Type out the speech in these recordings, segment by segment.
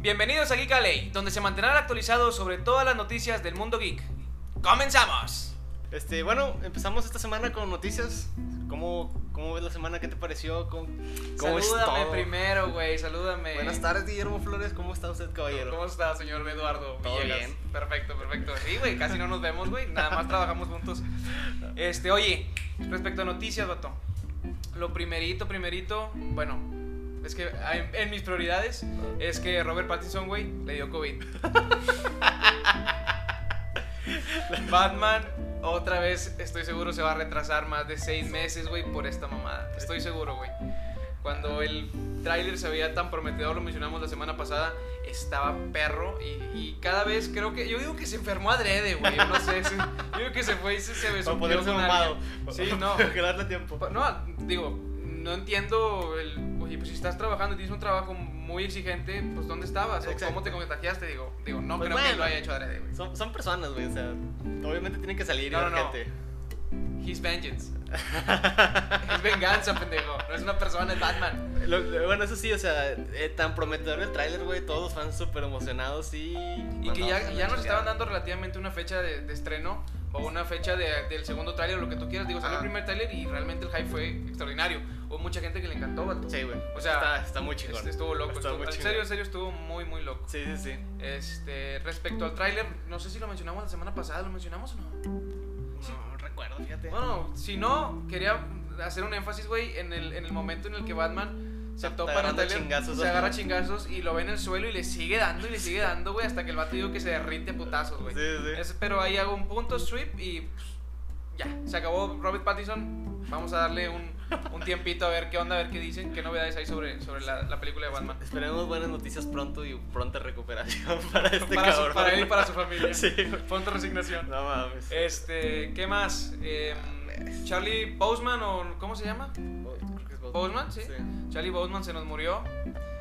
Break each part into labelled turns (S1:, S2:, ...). S1: Bienvenidos a Geek Alley, donde se mantendrán actualizados sobre todas las noticias del mundo geek. ¡Comenzamos!
S2: Este, bueno, empezamos esta semana con noticias. ¿Cómo, cómo ves la semana? ¿Qué te pareció? ¿Cómo, cómo es
S1: salúdame
S2: todo?
S1: primero, güey, salúdame.
S2: Buenas tardes, Guillermo Flores. ¿Cómo está usted, caballero?
S1: ¿Cómo está, señor Eduardo?
S2: Todo
S1: Villegas?
S2: bien.
S1: Perfecto, perfecto. Sí, güey, casi no nos vemos, güey. Nada más trabajamos juntos. Este, oye, respecto a noticias, vato. Lo primerito, primerito, bueno, es que en, en mis prioridades es que Robert Pattinson, güey, le dio COVID. Batman, otra vez, estoy seguro, se va a retrasar más de seis meses, güey, por esta mamada. Estoy seguro, güey. Cuando el tráiler se veía tan prometedor, lo mencionamos la semana pasada, estaba perro y, y cada vez creo que... Yo digo que se enfermó adrede, güey, yo no sé. se- yo digo que se fue y se, se besó
S2: Para ponerse
S1: con
S2: mamado.
S1: alguien. Sí, no.
S2: Para darle tiempo.
S1: Pa- No, digo, no entiendo el... Oye, pues si estás trabajando y tienes un trabajo muy exigente, pues ¿dónde estabas? ¿O
S2: Exacto.
S1: ¿Cómo te contagiaste? Digo, digo no
S2: Pues
S1: creo que
S2: bueno.
S1: lo haya hecho adrede, güey.
S2: Son, son personas, güey. O sea, obviamente tienen que salir y
S1: No,
S2: ver
S1: no, no.
S2: gente.
S1: His vengeance. es venganza, pendejo. No es una persona, es Batman.
S2: Lo- lo- bueno, eso sí, o sea, eh, tan prometedor el tráiler, güey. Todos los fans súper emocionados y.
S1: Y que
S2: mandados
S1: ya, ya
S2: a la
S1: nos
S2: chingada.
S1: estaban dando relativamente una fecha de, de estreno o una fecha de- del segundo tráiler, lo que tú quieras. Digo, salió el
S2: Ajá.
S1: primer tráiler y realmente el hype fue extraordinario. Hubo mucha gente que le encantó, vato.
S2: Sí, güey.
S1: O sea,
S2: está, está muy chingón.
S1: Este, estuvo loco.
S2: Está
S1: estuvo-
S2: muy
S1: en
S2: chingón.
S1: serio, en serio, estuvo muy, muy loco.
S2: Sí, sí, sí.
S1: Este, respecto al tráiler, no sé si lo mencionamos la semana pasada, ¿lo mencionamos o no?
S2: No recuerdo, fíjate.
S1: Bueno, si no, quería hacer un énfasis, güey, en el, en el momento en el que Batman se
S2: Está
S1: topa en el
S2: agarrando
S1: tráiler,
S2: chingazos,
S1: se
S2: ¿no?
S1: agarra chingazos y lo ve en el suelo y le sigue dando y le sigue dando, güey, hasta que el vato digo que se derrite a putazos,
S2: sí,
S1: güey.
S2: sí.
S1: Es- pero ahí hago un punto sweep y pues, ya, se acabó Robert Pattinson. Vamos a darle un, un tiempito a ver qué onda, a ver qué dicen, qué novedades hay sobre, sobre la, la película de Batman.
S2: Esperemos buenas noticias pronto y pronta recuperación para este
S1: para,
S2: cabrón.
S1: su, para él y para su familia.
S2: Sí, güey.
S1: Pronta resignación.
S2: No mames.
S1: Este, ¿qué más? Em, Charlie Boseman o ¿cómo se llama?
S2: Bo- creo que es Boseman.
S1: Boseman, sí. Charlie Boseman se nos murió.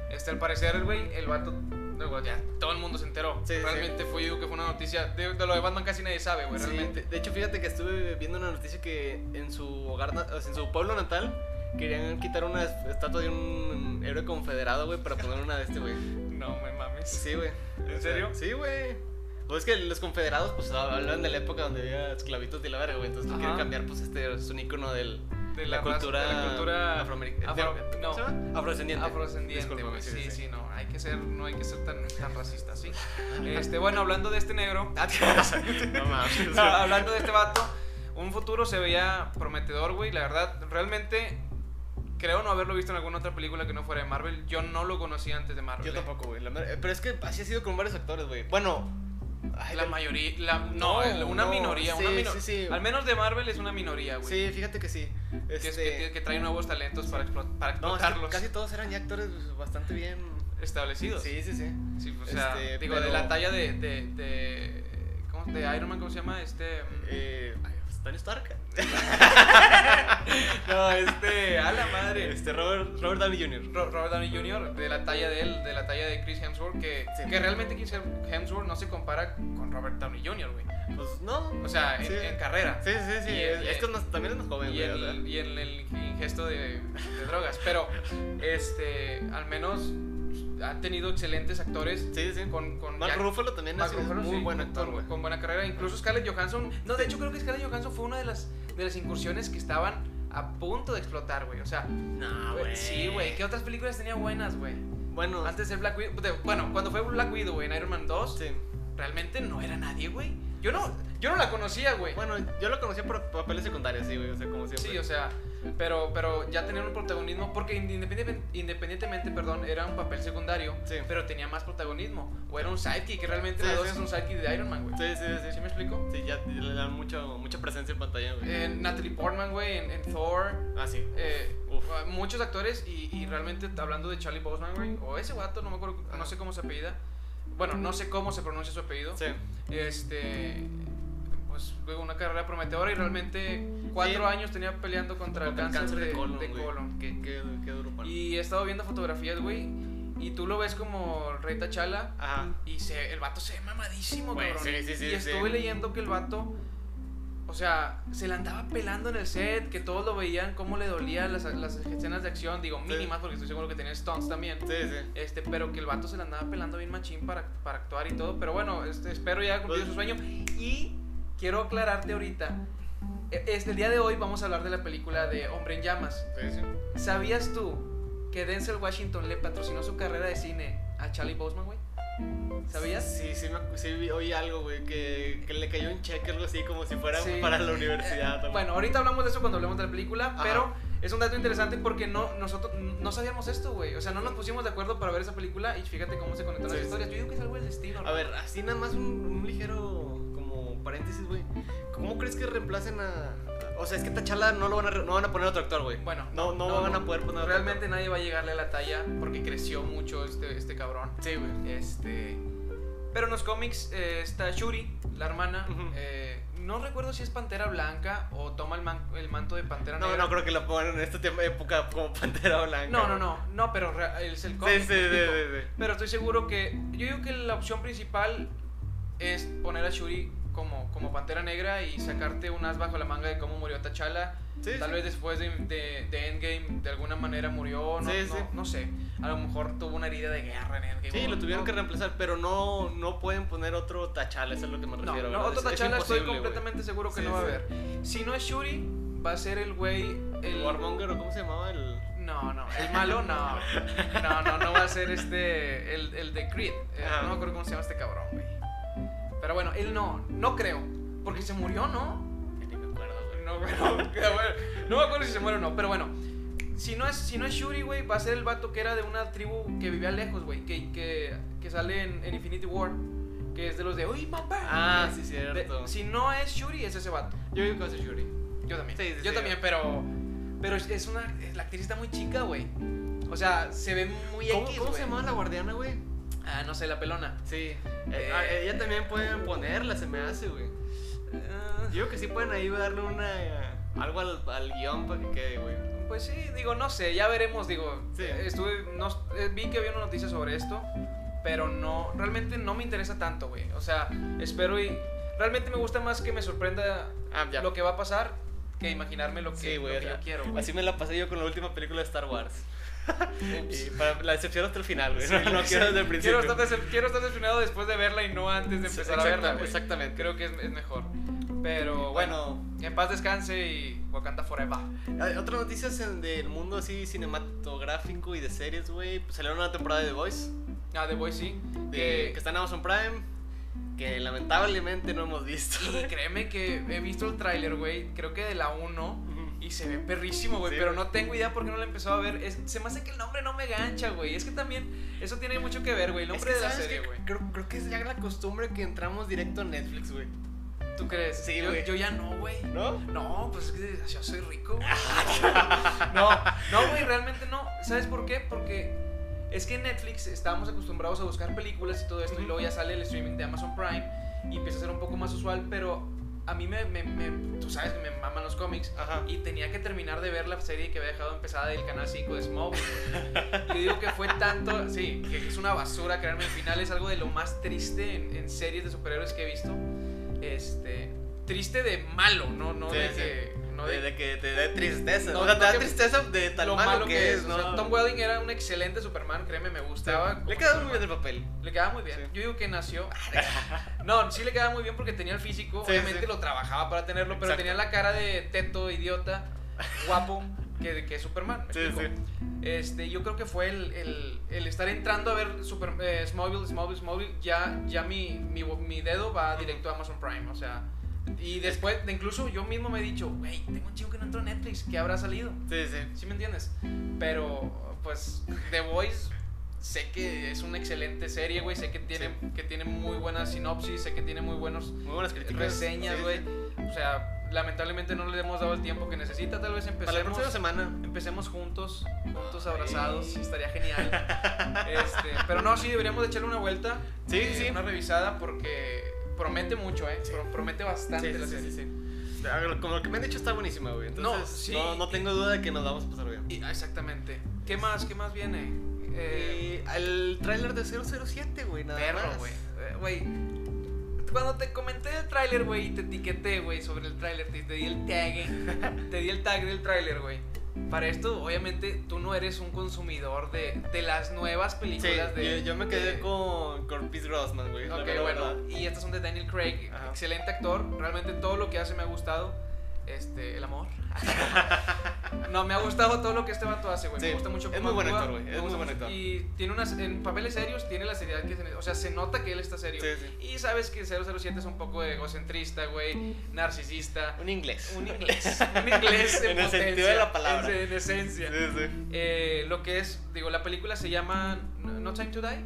S1: Este, al parecer, el güey, el vato. no, güey, ya, todo el mundo se enteró.
S2: Sí, sí.
S1: realmente fue, digo, que fue una noticia. De, de lo de Batman casi nadie sabe, güey,
S2: Sí,
S1: realmente.
S2: de- De hecho, fíjate que estuve viendo una noticia que en su hogar, na- o sea, en su pueblo natal, querían quitar una es- estatua de un héroe confederado, güey, para poner una de este, güey.
S1: No me mames.
S2: Sí, güey.
S1: ¿En
S2: O sea,
S1: serio?
S2: Sí, güey. Pues es que los confederados, pues hablan de la época donde había esclavitud y la verga, güey. Entonces lo
S1: Ajá.
S2: quieren cambiar, pues este es un icono del,
S1: De
S2: de la,
S1: raza-
S2: cultura,
S1: De la cultura
S2: afroamericana.
S1: afro- no.
S2: Afrodescendiente.
S1: afrodescendiente.
S2: Disculpa,
S1: güey. Sí, sí,
S2: sí.
S1: no. Hay que ser, no hay que ser tan, tan racista, sí. Este, bueno, hablando de este negro.
S2: Ah, No mames. o sea,
S1: hablando de este vato, un futuro se veía prometedor, güey. La verdad, realmente creo no haberlo visto en alguna otra película que no fuera de Marvel. Yo no lo conocía antes de Marvel.
S2: Yo
S1: eh.
S2: tampoco, güey. la mer- eh, Pero es que así ha sido con varios actores, güey. Bueno, ay,
S1: La
S2: de-
S1: mayoría, la- no,
S2: No,
S1: una
S2: no,
S1: minoría,
S2: sí,
S1: una minoría.
S2: sí, sí.
S1: Al menos de Marvel es una minoría, güey.
S2: Sí, fíjate que sí.
S1: Que, es-
S2: Este,
S1: que tiene- que trae nuevos talentos para, explo- para
S2: no, es que
S1: explotarlos.
S2: casi todos eran ya actores pues, bastante bien.
S1: establecidos.
S2: Sí, sí, sí.
S1: Sí, o sea,
S2: Este,
S1: digo, de
S2: pero-
S1: la talla de, de, de, ¿cómo? de Iron Man, ¿cómo se llama? Este... mm,
S2: Eh, ay, pues, Tony Stark.
S1: No, este, a la madre.
S2: Este Robert, Robert Downey Jr.
S1: Ro- Robert Downey Jr., de la talla de él, de la talla de Chris Hemsworth, que,
S2: Sí.
S1: que realmente Chris Hem- Hemsworth no se compara con Robert Downey Jr., güey.
S2: Pues no.
S1: O sea, en,
S2: Sí.
S1: en carrera.
S2: Sí, sí, sí. sí.
S1: Y el-
S2: este es más- también es más joven,
S1: Y
S2: güey. o sea.
S1: en, y en el ingesto de, de drogas. Pero, este, al menos ha tenido excelentes actores.
S2: Sí, sí.
S1: Con, con
S2: Mark
S1: Jack-
S2: Ruffalo también
S1: Mark
S2: ha sido
S1: Ruffalo,
S2: muy
S1: sí,
S2: buen
S1: con-
S2: actor, güey.
S1: con, buena carrera. Incluso Scarlett Johansson. No, de hecho creo que Scarlett Johansson fue una de las, de las incursiones que estaban a punto de explotar, güey. O sea,
S2: No,
S1: sí, güey. ¿Qué otras películas tenía buenas, güey?
S2: Bueno,
S1: Antes de Black Widow. de- Bueno, cuando fue Black Widow güey, en Iron Man 2,
S2: sí.
S1: realmente no era nadie, güey. Yo no, yo no la conocía, güey.
S2: Bueno, yo lo conocía por papeles secundarios, sí, güey. O sea, como siempre.
S1: Sí, o sea, pero, pero ya tener un protagonismo, porque independientemente, independientemente, perdón, era un papel secundario,
S2: Sí.
S1: pero tenía más protagonismo. O era un sidekick, que realmente
S2: Sí,
S1: la dos
S2: sí.
S1: es un sidekick de Iron Man, güey.
S2: Sí, sí, sí.
S1: ¿Sí me explico?
S2: Sí, ya le dan mucho, mucha presencia en pantalla, güey.
S1: Eh, Natalie Portman, güey, en, en Thor.
S2: ah, sí.
S1: eh,
S2: Uf.
S1: muchos actores y, y realmente hablando de Charlie Boseman, güey, o ese guato, no me acuerdo, no sé cómo se apellida. Bueno, no sé cómo se pronuncia su apellido.
S2: Sí.
S1: Este, pues fue una carrera prometedora y realmente cuatro
S2: Sí.
S1: años tenía peleando contra,
S2: Contra
S1: el cáncer, de, colon.
S2: güey.
S1: que-
S2: Qué, qué duro, pana.
S1: Y he estado viendo fotografías, güey. Y tú lo ves como Rey Tachala.
S2: Ajá.
S1: Y se, el vato se ve mamadísimo,
S2: Güey,
S1: cabrón.
S2: sí, sí, sí,
S1: y
S2: sí.
S1: estuve leyendo que el vato. O o sea, se la andaba pelando en el set, que todos lo veían, cómo le dolían las, las escenas de acción, digo, mínimas, porque estoy seguro que tenía stunts también.
S2: Sí, sí.
S1: Este, pero que el vato se la andaba pelando bien machín para, para actuar y todo. Pero bueno, este, espero ya cumplir su sueño. Y quiero aclararte ahorita. e- Este, el día de hoy vamos a hablar de la película de Hombre en Llamas.
S2: Sí, sí.
S1: ¿Sabías tú que Denzel Washington le patrocinó su carrera de cine a Charlie Boseman, güey? ¿Sabías?
S2: Sí, sí, me, acu- sí vi- oí algo, güey, que, que le cayó un cheque, algo así, como si fuera
S1: Sí. Eh,
S2: para la universidad. o-
S1: Bueno, ahorita hablamos de eso cuando hablemos de la película,
S2: Ajá.
S1: pero es un dato interesante porque no, nosotros no sabíamos esto, güey. O sea, no nos pusimos de acuerdo para ver esa película y fíjate cómo se conectan
S2: Sí,
S1: las
S2: sí.
S1: historias. Yo digo que es algo del destino.
S2: A ver, así nada más un, un ligero como paréntesis, güey. ¿Cómo crees que reemplacen a... O sea, es que Tachala no lo van a, re- no van a poner otro actor, güey.
S1: Bueno,
S2: no, no, van a poder poner otro
S1: Realmente nadie va a llegarle a la talla porque creció mucho este, este cabrón.
S2: actor. Sí, güey.
S1: Este. Pero en los cómics eh, está Shuri, la hermana.
S2: Ujú.
S1: eh, no recuerdo si es Pantera Blanca o toma el, man- el manto de Pantera
S2: No,
S1: Negra.
S2: no creo que lo pongan en esta tem- época como Pantera Blanca.
S1: No, no,
S2: güey.
S1: no, no, pero re- es el cómic.
S2: Sí, sí, sí,
S1: me explico.
S2: sí, sí.
S1: Pero estoy seguro que. Yo digo que la opción principal es poner a Shuri como, como Pantera Negra y sacarte un as bajo la manga de cómo murió T'Challa.
S2: Sí,
S1: Tal
S2: sí.
S1: vez después de, de- de Endgame de alguna manera murió, no,
S2: Sí,
S1: no,
S2: sí.
S1: no sé. A lo mejor tuvo una herida de guerra en Endgame.
S2: Sí,
S1: o
S2: lo tuvieron
S1: no.
S2: que reemplazar, pero no, no pueden poner otro Tachala, eso es a lo que me
S1: No,
S2: refiero.
S1: no,
S2: ¿verdad?
S1: otro
S2: Es- es
S1: T'Challa estoy
S2: imposible, güey.
S1: completamente seguro que
S2: Sí,
S1: no va a
S2: sí.
S1: haber. Si no es Shuri, va a ser el güey. El...
S2: Warmonger o cómo se llamaba el.
S1: No, no, el malo no. No, no, no va a ser este. El, el de Creed. Eh,
S2: Ajá.
S1: no me acuerdo cómo se llama este cabrón, güey. Pero bueno, él no, no creo. Porque se murió, ¿no?
S2: Ni me acuerdo, güey.
S1: No, bueno, no me acuerdo si se muere o no, pero bueno. Si no es, si no es Shuri, güey, va a ser el vato que era de una tribu que vivía lejos, güey. Que, que, que sale en, en Infinity War. Que es de los de. ¡Uy, papá!
S2: Ah, sí,
S1: De-
S2: cierto.
S1: si no es Shuri, es ese vato.
S2: Yo digo que va a ser Shuri.
S1: Yo también.
S2: Sí, sí,
S1: yo
S2: sí.
S1: también, pero. Pero es- es una. La actriz está muy chica, güey. O sea, se ve muy
S2: ¿Cómo,
S1: X,
S2: cómo se
S1: güey.
S2: llamaba la guardiana, güey?
S1: Ah, no sé, la pelona.
S2: Sí.
S1: Eh,
S2: Ah, ella también pueden ponerla, se me hace, güey.
S1: Ah,
S2: Yo digo que sí pueden ahí darle una. eh, algo al, al guión para que quede, güey.
S1: Pues sí, digo, no sé, ya veremos, digo.
S2: Sí.
S1: eh, Estuve. No, eh, vi que había una noticia sobre esto. Pero no. Realmente no me interesa tanto, güey. O sea, espero y. Realmente me gusta más que me sorprenda
S2: Ah, ya.
S1: lo que va a pasar que imaginarme lo que,
S2: Sí, güey,
S1: lo
S2: o
S1: que
S2: sea,
S1: yo quiero, güey.
S2: Así me la pasé yo con la última película de Star Wars.
S1: Ups.
S2: Y para la decepción hasta el final, güey.
S1: Sí,
S2: no, no quiero desde el principio.
S1: Quiero estar, decep- quiero estar decepcionado después de verla y no antes de
S2: Sí,
S1: empezar a verla.
S2: exacta-
S1: güey.
S2: exactamente.
S1: Creo que es, es mejor. Pero bueno,
S2: Bueno,
S1: en paz descanse y Wakanda Forever.
S2: Hay Otras noticias en- del mundo así cinematográfico y de series, güey. Pues salió una temporada de The Voice,
S1: Ah, The Boys sí.
S2: de-
S1: Que,
S2: que está en Amazon Prime, que lamentablemente no hemos visto.
S1: y créeme que he visto el tráiler, güey. Creo que de la 1. Y se ve perrísimo, güey.
S2: Sí,
S1: pero
S2: güey.
S1: no tengo idea por qué no la empezó a ver. Es- se me hace que el nombre no me gancha, güey. Es que también eso tiene mucho que ver, güey. El
S2: Es
S1: nombre
S2: que,
S1: de la
S2: ¿sabes
S1: serie,
S2: qué?
S1: güey.
S2: Creo, creo que es ya la costumbre que entramos directo a Netflix, güey.
S1: ¿Tú crees?
S2: Sí,
S1: Yo-
S2: güey.
S1: Yo ya no, güey.
S2: ¿No?
S1: No, pues es que yo soy rico. güey. no, no, güey, realmente no. ¿Sabes por qué? Porque es que en Netflix estábamos acostumbrados a buscar películas y todo esto, y
S2: Ujú.
S1: luego ya sale el streaming de Amazon Prime y empieza a ser un poco más usual, pero a mí me, me- me- tú sabes que me maman los cómics.
S2: Ajá.
S1: Y tenía que terminar de ver la serie que había dejado empezada del canal 5 de Smoke. Yo digo que fue tanto, sí, que es una basura crearme el final, es algo de lo más triste en, en series de superhéroes que he visto. Este, triste de malo, no, no
S2: Sí,
S1: de
S2: sí.
S1: que, no
S2: de,
S1: de,
S2: de que te dé tristeza.
S1: No,
S2: o sea, te
S1: no
S2: da
S1: que-
S2: tristeza de tan
S1: lo
S2: malo que, es, ¿no?
S1: O sea, Tom Welling era un excelente Superman, créeme, me gustaba. como
S2: Le queda muy
S1: Superman.
S2: bien el papel.
S1: Le quedaba muy bien.
S2: Sí.
S1: Yo digo que nació. No, sí le quedaba muy bien porque tenía el físico.
S2: Sí,
S1: Obviamente
S2: sí.
S1: lo trabajaba para tenerlo, pero
S2: Exacto.
S1: tenía la cara de teto, idiota, guapo, que, que es Superman. ¿me
S2: Sí,
S1: explico?
S2: sí.
S1: Este, yo creo que fue el, el- el estar entrando a ver Super, eh, Smallville, Smallville, Smallville, ya, ya mi, mi, mi dedo va directo a Amazon Prime, o sea... Y después, de incluso yo mismo me he dicho, güey, tengo un chico que no entró a Netflix, que habrá salido?
S2: Sí, sí.
S1: ¿Sí me entiendes? Pero, pues, The Voice, sé que es una excelente serie, güey, sé que tiene, que tiene muy buena sinopsis, sé que tiene muy buenos
S2: Muy buenas críticas.
S1: reseñas,
S2: Sí,
S1: güey.
S2: sí.
S1: O sea, lamentablemente no le hemos dado el tiempo que necesita, tal vez
S2: Para la
S1: empecemos...
S2: próxima semana.
S1: Empecemos juntos, juntos
S2: Ay.
S1: abrazados, estaría genial. Este, pero no, sí, deberíamos de echarle una vuelta.
S2: Sí,
S1: eh,
S2: sí.
S1: Una revisada porque promete mucho, ¿eh?
S2: Sí.
S1: pro- Promete bastante
S2: Sí,
S1: la
S2: sí,
S1: serie.
S2: sí, sí. Ah, Como lo que me han dicho está buenísima, güey. Entonces,
S1: No,
S2: no,
S1: sí.
S2: no, tengo duda de que nos vamos a pasar bien.
S1: Y- ah, exactamente. ¿Qué más? ¿Qué más viene? Eh,
S2: Eh, el tráiler de 007, güey, nada
S1: perro,
S2: más.
S1: güey. Eh, Güey, cuando te comenté el tráiler, güey, y te etiqueté, güey, sobre el tráiler, te, te di el tag, te di el tag del tráiler, güey. Para esto, obviamente, tú no eres un consumidor de, de las nuevas
S2: Sí,
S1: películas de...
S2: yo, yo me quedé
S1: de-
S2: con, con Pierce Brosnan, güey. la
S1: Ok,
S2: mera
S1: bueno.
S2: verdad.
S1: Y estas son de Daniel Craig,
S2: Ajá.
S1: excelente actor. Realmente todo lo que hace me ha gustado. Este, el amor. no, me ha gustado todo lo que este vato hace, güey. me
S2: Sí,
S1: gusta mucho
S2: es
S1: cómo
S2: muy buen
S1: actúa,
S2: actor, güey,
S1: me
S2: es muy
S1: gusta
S2: buen
S1: mucho.
S2: actor.
S1: Y tiene unas. En papeles serios, tiene la seriedad que se O sea, se nota que él está serio.
S2: Sí, sí.
S1: Y sabes que 007 es un poco egocentrista, güey. Narcisista.
S2: Un inglés.
S1: Un inglés. Un inglés en,
S2: En el
S1: potencia,
S2: sentido de la palabra.
S1: En, en esencia.
S2: Sí, sí.
S1: Eh, lo que es, digo, la película se llama No Time to Die.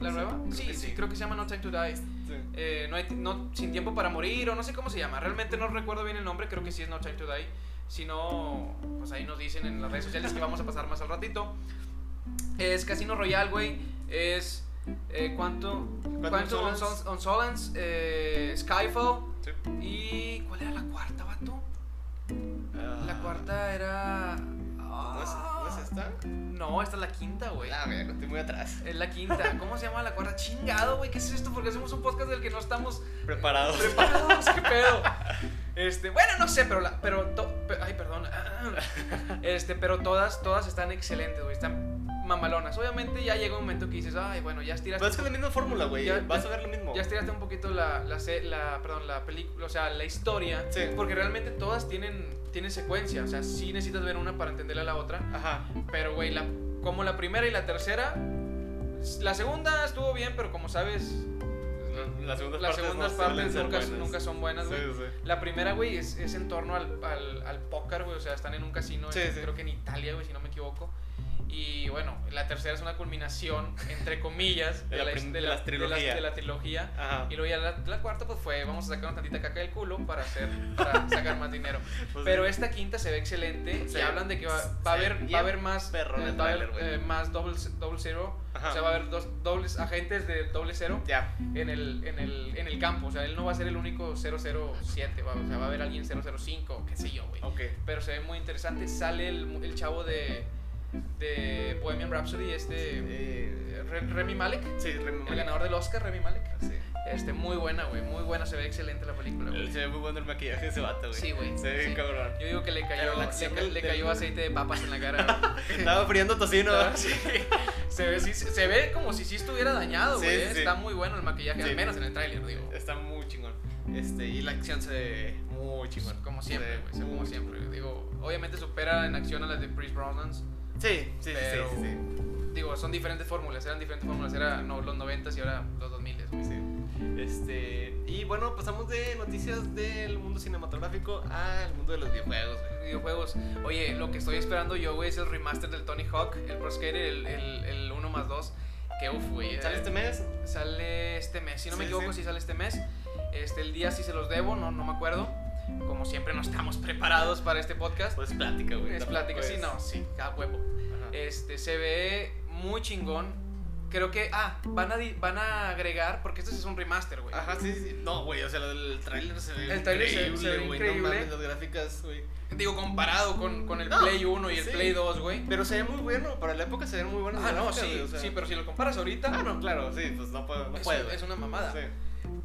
S1: ¿La nueva?
S2: Creo
S1: Sí,
S2: que
S1: sí, creo que se llama No Time to Die.
S2: Sí.
S1: Eh, no hay, no, sin tiempo para morir o no sé cómo se llama. Realmente no recuerdo bien el nombre, creo que sí es No Time to Die. Si no, pues ahí nos dicen en las redes sociales que vamos a pasar más al ratito. Es Casino Royale, güey. Es... eh, ¿Cuánto? ¿Cuánto?
S2: Unsolence?
S1: Unsolence, Unsolence, eh, Skyfall.
S2: Sí.
S1: ¿Y cuál era la cuarta, vato? La
S2: Ah,
S1: cuarta era... ah,
S2: ¿No es, no es esta?
S1: No, esta es la quinta, güey.
S2: Ah, mira, estoy muy atrás.
S1: Es la quinta. ¿Cómo se llama la cuarta? Chingado, güey. ¿Qué es esto? Porque hacemos un podcast del que no estamos
S2: Eh, Preparados.
S1: preparados. ¿Qué pedo? Este, bueno, no sé, pero, la- pero, to- pe- ay, perdón. Este, pero todas, todas están excelentes, güey. Están mamalonas. Obviamente ya llega un momento que dices, ay, bueno, ya
S2: Pero
S1: estiraste,
S2: es que es la misma fórmula, güey.
S1: Ya-
S2: Vas a ver lo mismo.
S1: ya estiraste un poquito la, la, se- la- perdón, la película, o sea, la historia.
S2: Sí.
S1: Porque realmente todas tienen, tienen secuencia. O sea, sí necesitas ver una para entender a la otra.
S2: Ajá.
S1: Pero, güey, la, como la primera y la tercera. La segunda estuvo bien, pero como sabes.
S2: Las segundas
S1: Las
S2: partes, no
S1: segundas
S2: suelen
S1: partes
S2: ser
S1: nunca,
S2: buenas.
S1: nunca son buenas, güey.
S2: Sí, sí.
S1: La primera, güey, es, es en torno al, al, al póker, güey. O sea, están en un casino,
S2: Sí,
S1: en-
S2: sí.
S1: creo que en Italia, güey, si no me equivoco. Y bueno, la tercera es una culminación, entre comillas,
S2: De la prim- de las
S1: de las-
S2: trilogía.
S1: de la trilogía.
S2: Ajá.
S1: Y luego ya la, la cuarta, pues fue, vamos a sacar una tantita caca del culo para, hacer, para sacar más dinero.
S2: Pues
S1: Pero
S2: sí.
S1: esta quinta se ve excelente.
S2: Sí.
S1: Y hablan de que va, va a
S2: Sí.
S1: haber, va a haber más,
S2: Perro en
S1: eh,
S2: el
S1: va a haber,
S2: tráiler, güey. Ah.
S1: eh, más double, double zero.
S2: Ajá.
S1: O sea, va a haber dos dobles agentes de doble cero
S2: Ya.
S1: en el, en, el, en el campo. O sea, él no va a ser el único 007. Va, o sea, va a haber alguien 005, qué sé yo, güey.
S2: Ok.
S1: Pero se ve muy interesante. Sale el, el chavo de, de Bohemian Rhapsody, este.
S2: Eh,
S1: eh, Re- Remy Malek,
S2: sí, Remy
S1: el
S2: Malek.
S1: ganador del Oscar, Remy Malek.
S2: Sí.
S1: Este, muy buena, güey. Muy buena, se ve excelente la película, güey.
S2: Se ve muy bueno el maquillaje de ese vato, güey.
S1: Sí, güey.
S2: Se ve bien
S1: Sí.
S2: cabrón.
S1: Yo digo que le cayó,
S2: Pero la
S1: le,
S2: acción
S1: ca-
S2: del-
S1: le
S2: del-
S1: cayó aceite de papas en la cara.
S2: Estaba friendo tocino.
S1: güey. Sí. se, ve, sí- se ve como si sí estuviera dañado,
S2: Sí,
S1: güey. ¿eh?
S2: sí, sí.
S1: Está muy bueno el maquillaje,
S2: Sí.
S1: al menos en el tráiler, digo.
S2: Está muy chingón. Este, y la acción se ve muy chingón.
S1: Pues, Como siempre,
S2: Pues,
S1: güey. sí,
S2: Sí,
S1: Como
S2: muy
S1: siempre. Digo, obviamente supera en acción a las de Priest Brosnans.
S2: chingón. Sí, sí, sí,
S1: Pero-
S2: sí, sí,
S1: Digo, son diferentes fórmulas. Eran diferentes fórmulas. Era no, los 90 y ahora los 2000. güey.
S2: Sí. Este, y bueno, pasamos de noticias del mundo cinematográfico al mundo de los videojuegos, güey.
S1: Videojuegos. Oye, lo que estoy esperando yo, güey, es el remaster del Tony Hawk, el Pro Skater, el, el, el 1 más 2. Que uff, güey. eh,
S2: ¿Sale este mes?
S1: sale este mes. Si no me
S2: Sí,
S1: equivoco,
S2: sí.
S1: si sale este mes. Este, el día sí se los debo, no, no me acuerdo. Como siempre, no estamos preparados para este podcast.
S2: Pues plática, güey.
S1: es
S2: tampoco
S1: plática, sí,
S2: es-
S1: no, sí, a huevo.
S2: Ajá.
S1: Este, se ve muy chingón. Creo que, ah, van a, di- van a agregar, porque este es un remaster, güey.
S2: Ajá, sí, sí. No, güey, o sea, el tráiler se ve
S1: El tráiler se-
S2: increíble,
S1: se ve
S2: güey,
S1: increíble.
S2: No mames, las gráficas, güey.
S1: Digo, comparado con, con el
S2: No,
S1: Play 1 y el
S2: sí.
S1: Play 2, güey.
S2: Pero se ve muy bueno, para la época se ven muy buenas
S1: Ah, no,
S2: gráficas,
S1: sí,
S2: güey, o sea.
S1: sí, pero si lo comparas ahorita,
S2: Ah, no, claro, sí, pues no puedo, no
S1: es,
S2: puedo.
S1: es una mamada.
S2: Sí.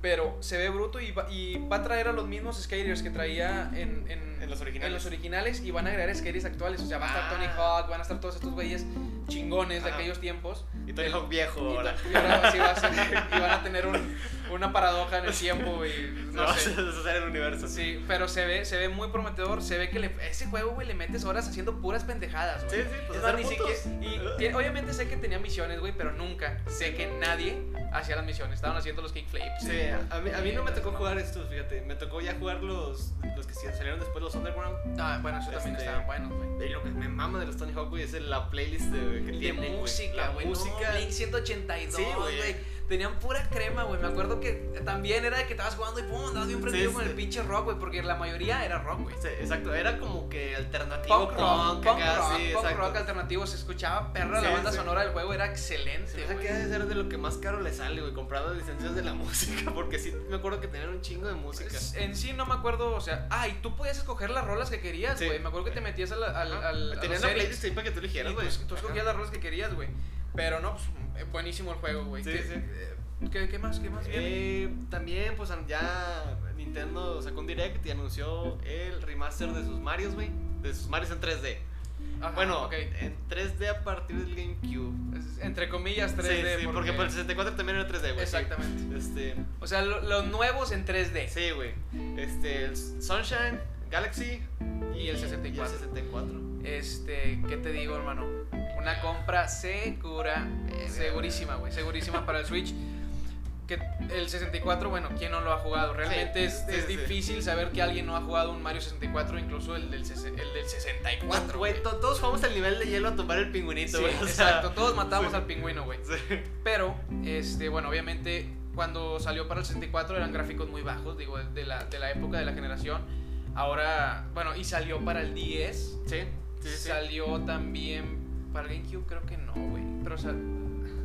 S1: Pero se ve bruto y va, y va a traer a los mismos skaters que traía en, en,
S2: En los originales.
S1: en los originales y van a agregar skaters actuales. O sea, va a estar
S2: Ah.
S1: Tony Hawk, van a estar todos estos güeyes chingones de
S2: Ajá.
S1: aquellos tiempos.
S2: Y Tony Hawk viejo
S1: Y,
S2: ahora.
S1: y ahora sí va a ser- y van a tener un- una paradoja en el tiempo, güey. No
S2: No, no
S1: sé.
S2: el universo.
S1: Sí, pero se ve, se ve muy prometedor, se ve que le- ese juego, güey, le metes horas haciendo puras pendejadas,
S2: Sí,
S1: güey.
S2: sí, pues
S1: Es
S2: hacer
S1: más, ni
S2: puntos.
S1: siquiera- y tie- obviamente sé que tenía misiones, güey, pero nunca sé que nadie hacía las misiones. Estaban haciendo los kickflips.
S2: Sí, a mí, a mí no me tocó
S1: No.
S2: jugar estos, fíjate. Me tocó ya jugar los, los que salieron después, los Underground.
S1: Ah, bueno, eso también
S2: Este-
S1: estaban buenos, güey.
S2: Y lo que me mama de los Tony Hawk, güey, es la playlist de, que
S1: De
S2: tienen, güey.
S1: música,
S2: La
S1: güey.
S2: música.
S1: No, Blink 182,
S2: Sí, güey.
S1: güey. Tenían pura crema, güey. Me acuerdo que también era de que estabas jugando y pum, andabas bien prendido
S2: Sí,
S1: con
S2: sí.
S1: el pinche rock, güey, porque la mayoría era rock, güey.
S2: Sí, exacto, era como que alternativo
S1: Punk rock, punk
S2: acá,
S1: rock,
S2: sí,
S1: punk
S2: exacto.
S1: rock alternativo, se escuchaba perra, la
S2: Sí,
S1: banda
S2: sí.
S1: sonora del juego era excelente,
S2: Se me hace
S1: güey.
S2: que ha de ser de lo que más caro le sale, güey, comprar las licencias de la música, porque sí me acuerdo que tenían un chingo de música.
S1: Pues Es- En sí no me acuerdo, o sea, ah, y tú podías escoger las rolas que querías,
S2: Sí. Eh.
S1: güey. Me acuerdo que te metías al, al,
S2: Ajá.
S1: al- a los
S2: Tenían la
S1: settings
S2: playlist ahí para que tú
S1: y pues,
S2: eligieras,
S1: tú,
S2: güey.
S1: tú escogías las rolas que querías, güey. Pero no, pues, eh, buenísimo el juego, güey.
S2: Sí,
S1: Que-
S2: sí.
S1: eh, ¿Qué, qué más? ¿Qué más? viene?
S2: Eh, también, pues ya Nintendo sacó un direct y anunció el remaster de sus Marios, güey. De sus Marios en 3D.
S1: Ajá,
S2: bueno,
S1: ok.
S2: en 3D a partir del GameCube.
S1: Es- Entre comillas 3D.
S2: sí, sí, porque, por el 64 también era 3D, güey. sí.
S1: Exactamente.
S2: Este,
S1: O sea, lo- los nuevos en 3D.
S2: sí, güey. Este, el Sunshine, Galaxy
S1: Y el 64.
S2: Y el 64.
S1: Este, ¿qué te digo, hermano? Una compra segura, segurísima, güey, segurísima para el Switch. Que el 64, bueno, ¿quién no lo ha jugado? Realmente es,
S2: sí,
S1: es
S2: sí.
S1: difícil saber que alguien no ha jugado un Mario 64, incluso el del, sese- el del 64.
S2: Güey, to- todos jugamos al nivel de hielo a tumbar el pingüinito,
S1: Sí,
S2: güey. o sea,
S1: exacto, todos matamos
S2: sí.
S1: al pingüino, güey.
S2: sí.
S1: Pero, este, bueno, obviamente cuando salió para el 64 eran gráficos muy bajos, digo, de la, de la época de la generación. Ahora, bueno, y salió para el 10,
S2: Sí, sí, sí.
S1: Salió también para GameCube, creo que no, güey. Pero sal-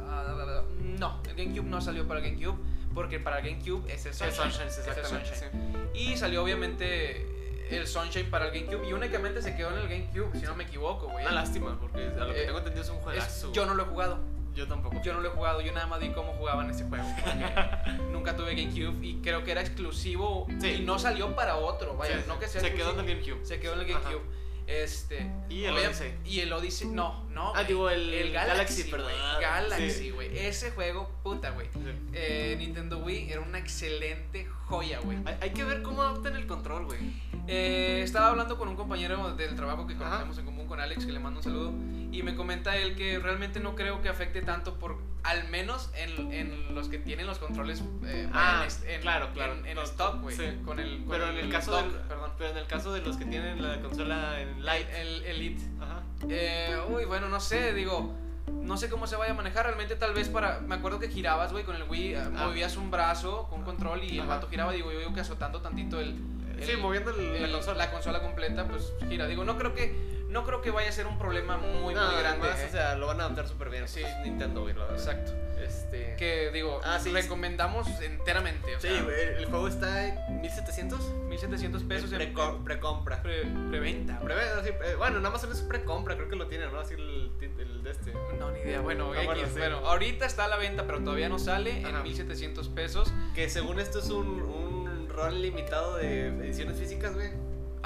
S1: ah, no, el GameCube no salió para GameCube porque para GameCube es el
S2: Sí, el
S1: Sunshine.
S2: Sunshine,
S1: es el
S2: exactamente.
S1: Sunshine.
S2: sí.
S1: Y salió obviamente el Sunshine para el GameCube y únicamente se quedó en el GameCube, si no me equivoco, güey.
S2: Una lástima, porque a lo que
S1: Eh,
S2: tengo entendido es un
S1: Es-
S2: juegazo.
S1: yo
S2: güey.
S1: no lo he jugado,
S2: Yo tampoco.
S1: yo no lo he jugado, yo nada más vi cómo jugaban ese juego. porque nunca tuve GameCube y creo que era exclusivo
S2: Sí.
S1: y no salió para otro, vaya,
S2: Sí,
S1: no que sea
S2: Se quedó en
S1: exclusivo.
S2: el GameCube.
S1: Se quedó en el
S2: Ajá.
S1: GameCube. Este.
S2: Y el
S1: obvia-
S2: Odyssey.
S1: Y el Odyssey. No, no.
S2: Ah,
S1: güey.
S2: digo, el Galaxy,
S1: güey.
S2: perdón. Sí.
S1: Galaxy, güey. Ese juego, puta, güey. Eh, Nintendo Wii era una excelente joya, güey.
S2: Hay, hay que ver cómo adaptan el control, güey.
S1: Eh, estaba hablando con un compañero del trabajo que
S2: Ajá.
S1: conocemos en común con Alex, que le mando un saludo. Y me comenta él que realmente no creo que afecte tanto por. Al menos en, en los que tienen los controles. eh,
S2: Ah,
S1: en est- en,
S2: claro, claro.
S1: En, en
S2: Los-
S1: stock, güey.
S2: sí.
S1: Con el. con
S2: Pero en el caso
S1: dock,
S2: del,
S1: Perdón.
S2: Pero en el caso de los que tienen la consola en
S1: El,
S2: Lite.
S1: el Elite.
S2: Ajá.
S1: Eh, uy, bueno, no sé, digo, no sé cómo se vaya a manejar. Realmente, tal vez para. Me acuerdo que girabas, güey, con el Wii, eh,
S2: Ah.
S1: movías un brazo con un control y el
S2: Ajá.
S1: vato giraba. Digo, yo digo que azotando tantito el. el-
S2: sí, moviendo el- la
S1: el-
S2: consola.
S1: la consola completa, pues gira. Digo, no creo que. No creo que vaya a ser un problema muy,
S2: No,
S1: muy grande.
S2: además,
S1: eh.
S2: O sea, lo van a adaptar súper bien.
S1: Sí.
S2: pues, Nintendo, güey, la verdad.
S1: Exacto.
S2: Este.
S1: Que digo,
S2: Ah, sí,
S1: recomendamos enteramente. O
S2: Sí,
S1: sea,
S2: güey, el juego está en 1700
S1: 1700 pesos en
S2: Preco- precompra.
S1: pre- preventa.
S2: Pre- así, eh, bueno, nada más es precompra, creo que lo tienen, ¿no? Así el, el de este.
S1: No, ni idea. Bueno,
S2: Ah, bueno,
S1: X,
S2: sí.
S1: bueno, ahorita está a la venta, pero todavía no sale
S2: Ajá.
S1: en 1700 pesos.
S2: Que según esto es un, un rol limitado de ediciones físicas, güey.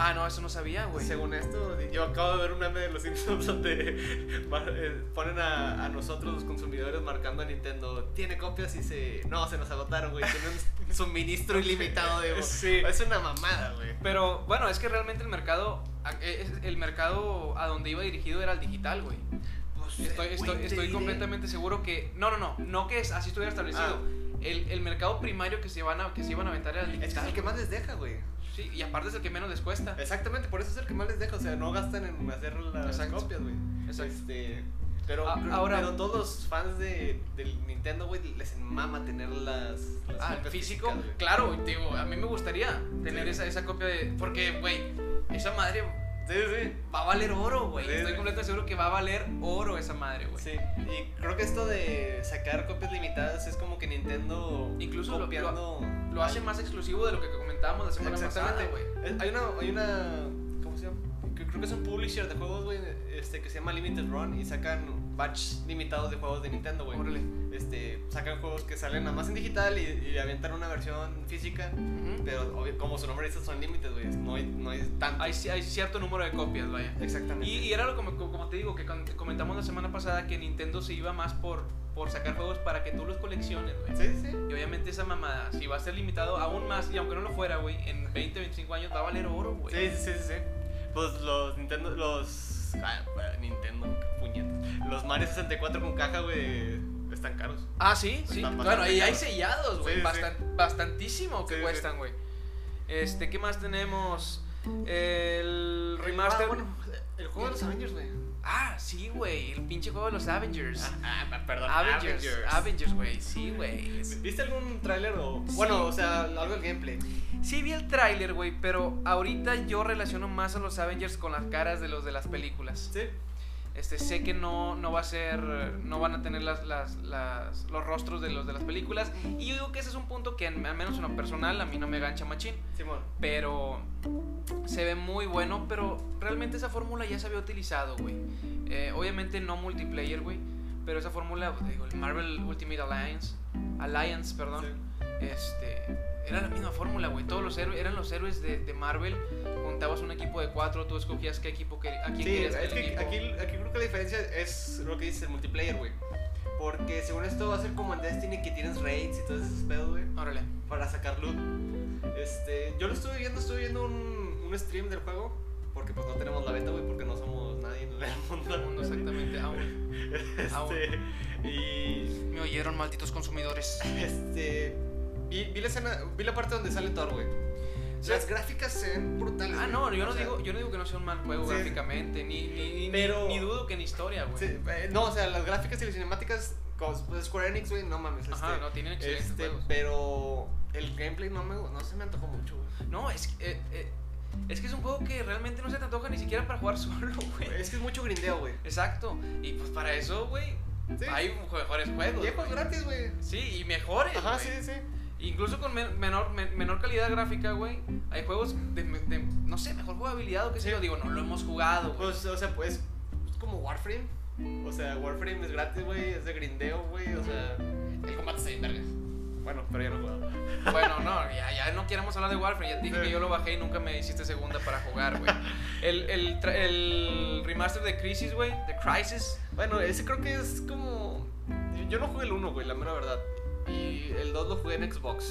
S1: Ah, no, eso no sabía, güey.
S2: Según esto, yo acabo de ver un meme de los Simpsons donde mar- eh, ponen a, a nosotros los consumidores marcando a Nintendo. Tiene copias y se. No, se nos agotaron, güey. Tiene un suministro ilimitado de.
S1: Sí.
S2: Es una mamada, güey.
S1: Pero bueno, es que realmente el mercado, a- e, es- el mercado a donde iba dirigido era el digital, güey. Estoy, estoy, estoy completamente seguro que... No, no, no, no que es, así estuviera establecido. El, el mercado primario que se, van a, que se iban a aventar era el
S2: Ah. Es que es
S1: digital.
S2: el que Eh, más les deja, güey.
S1: Sí, y aparte es el que menos les cuesta.
S2: Exactamente, por eso es el que más les deja. O sea, no gastan en hacer las
S1: Exacto.
S2: copias, güey.
S1: Exacto.
S2: Este, pero,
S1: A- ahora-
S2: pero todos los fans de, del Nintendo, güey, les mama tener las. las
S1: Ah,
S2: copias
S1: físico,
S2: físicas, güey.
S1: claro, digo, a mí me gustaría tener
S2: Sí.
S1: esa, esa copia de... Porque, güey, esa madre
S2: Sí,
S1: va a valer oro, güey.
S2: Sí,
S1: Estoy
S2: sí.
S1: completamente seguro que va a valer oro esa madre, güey.
S2: sí. Sí. Y creo que esto de sacar copias limitadas es como que Nintendo.
S1: Incluso lo-
S2: copiando.
S1: Lo hace más exclusivo de lo que comentábamos la semana pasada,
S2: Exactamente,
S1: güey.
S2: Es- Hay una, hay una. ¿Cómo se llama? Que- Creo que es un publisher de juegos, güey, este, que se llama Limited Run y sacan batch limitados de juegos de Nintendo, güey.
S1: Órale.
S2: este, sacan juegos que salen nada más en digital y, y le avientan una versión física.
S1: Ujú.
S2: Pero obvio, como su nombre dice, son límites, güey. No hay, no hay tanto.
S1: hay, ci- hay cierto número de copias, vaya.
S2: Exactamente.
S1: Y, y era lo como, como te digo, que con- comentamos la semana pasada que Nintendo se iba más por, por sacar juegos para que tú los colecciones, güey.
S2: Sí, sí.
S1: Y obviamente esa mamada, si va a ser limitado aún más, y aunque no lo fuera, güey, en 20, 25 años va a valer oro, güey.
S2: Sí, sí, sí, sí, sí. Pues los Nintendo. Los. Ah, bueno, Nintendo, qué puñetas. Los Mario 64 con caja, güey, están caros.
S1: Ah, sí, sí.
S2: Están
S1: Bueno,
S2: bastante
S1: y hay
S2: caros.
S1: sellados, güey.
S2: Sí, sí.
S1: bastan- Bastantísimo que
S2: Sí, sí.
S1: cuestan, güey. Este, ¿qué más tenemos? El
S2: Ah,
S1: remaster.
S2: bueno, el juego de los Avengers, güey.
S1: Ah, sí, güey. El pinche juego de los Avengers.
S2: Ah, ah, perdón.
S1: Avengers. Avengers, güey. Sí, güey. Es-
S2: ¿Viste algún tráiler o.?
S1: Sí.
S2: Bueno, o sea, algo del gameplay.
S1: Sí vi el tráiler, güey, pero ahorita yo relaciono más a los Avengers con las caras de los de las películas.
S2: Sí.
S1: Este, sé que no, no va a ser, no van a tener las, las, las- los rostros de los de las películas. Y yo digo que ese es un punto que, en- al menos en lo personal, a mí no me gancha machín.
S2: Simón.
S1: Pero se ve muy bueno, pero realmente esa fórmula ya se había utilizado, güey. Eh, obviamente no multiplayer, güey, pero esa fórmula, digo, el Marvel Ultimate Alliance, Alliance, perdón. Este, era la misma fórmula, güey. Todos los héroes eran los héroes de, de Marvel. Juntabas un equipo de cuatro, tú escogías qué equipo quer- a quién
S2: Sí,
S1: querías
S2: es
S1: el
S2: que
S1: equipo.
S2: aquí, aquí creo que la diferencia es lo que dices, el multiplayer, güey. Porque según esto va a ser como en Destiny que tienes raids y todos esos pedos, güey,
S1: Órale.
S2: para sacar loot. Este, yo lo estuve viendo, estuve viendo un, un stream del juego, porque pues no tenemos la beta, güey, porque no somos nadie en el
S1: Todo el mundo
S2: mundo.
S1: exactamente. Ah, güey.
S2: Este, y
S1: Me oyeron, malditos consumidores.
S2: este, vi, vi la escena, vi la parte donde sale Thor, güey.
S1: Sí.
S2: Las gráficas se ven brutales.
S1: Ah,
S2: güey.
S1: no, yo
S2: O
S1: no,
S2: sea,
S1: digo, yo no digo que no sea un mal juego
S2: Sí.
S1: gráficamente, ni, ni, ni,
S2: Pero-
S1: ni dudo que en historia, güey.
S2: Sí, eh, no, o sea, las gráficas y las cinemáticas, como, pues, Square Enix, güey, no mames.
S1: Ajá,
S2: este,
S1: no, tienen excelentes
S2: este,
S1: juegos.
S2: pero el gameplay no, me, no se me antojó mucho, güey.
S1: No, es que, eh, eh, es que es un juego que realmente no se te antoja ni siquiera para jugar solo, güey.
S2: Es que es mucho grindeo, güey.
S1: Exacto. Y pues para eso, güey,
S2: Sí.
S1: hay mejores juegos.
S2: Y es
S1: güey.
S2: gratis, güey.
S1: Sí, y mejores.
S2: Ajá,
S1: güey.
S2: sí, sí.
S1: Incluso con men- menor, men- menor calidad gráfica, güey. Hay juegos de, me- de, no sé, mejor jugabilidad o qué sé
S2: Sí.
S1: yo. Digo, no lo hemos jugado, güey.
S2: Pues, o sea, pues, es como Warframe. O sea, Warframe es gratis, güey, es de grindeo, güey. O sea, el combate se vergas. Bueno, pero ya no juego.
S1: Bueno, no, ya, ya no queremos hablar de Warframe. Ya te dije
S2: Sí.
S1: que yo lo bajé y nunca me hiciste segunda para jugar, güey. El, el, tra- el remaster de Crisis, güey, de Crisis.
S2: Bueno, ese creo que es como. Yo no jugué el 1, güey, la mera verdad. Y el 2 lo jugué en Xbox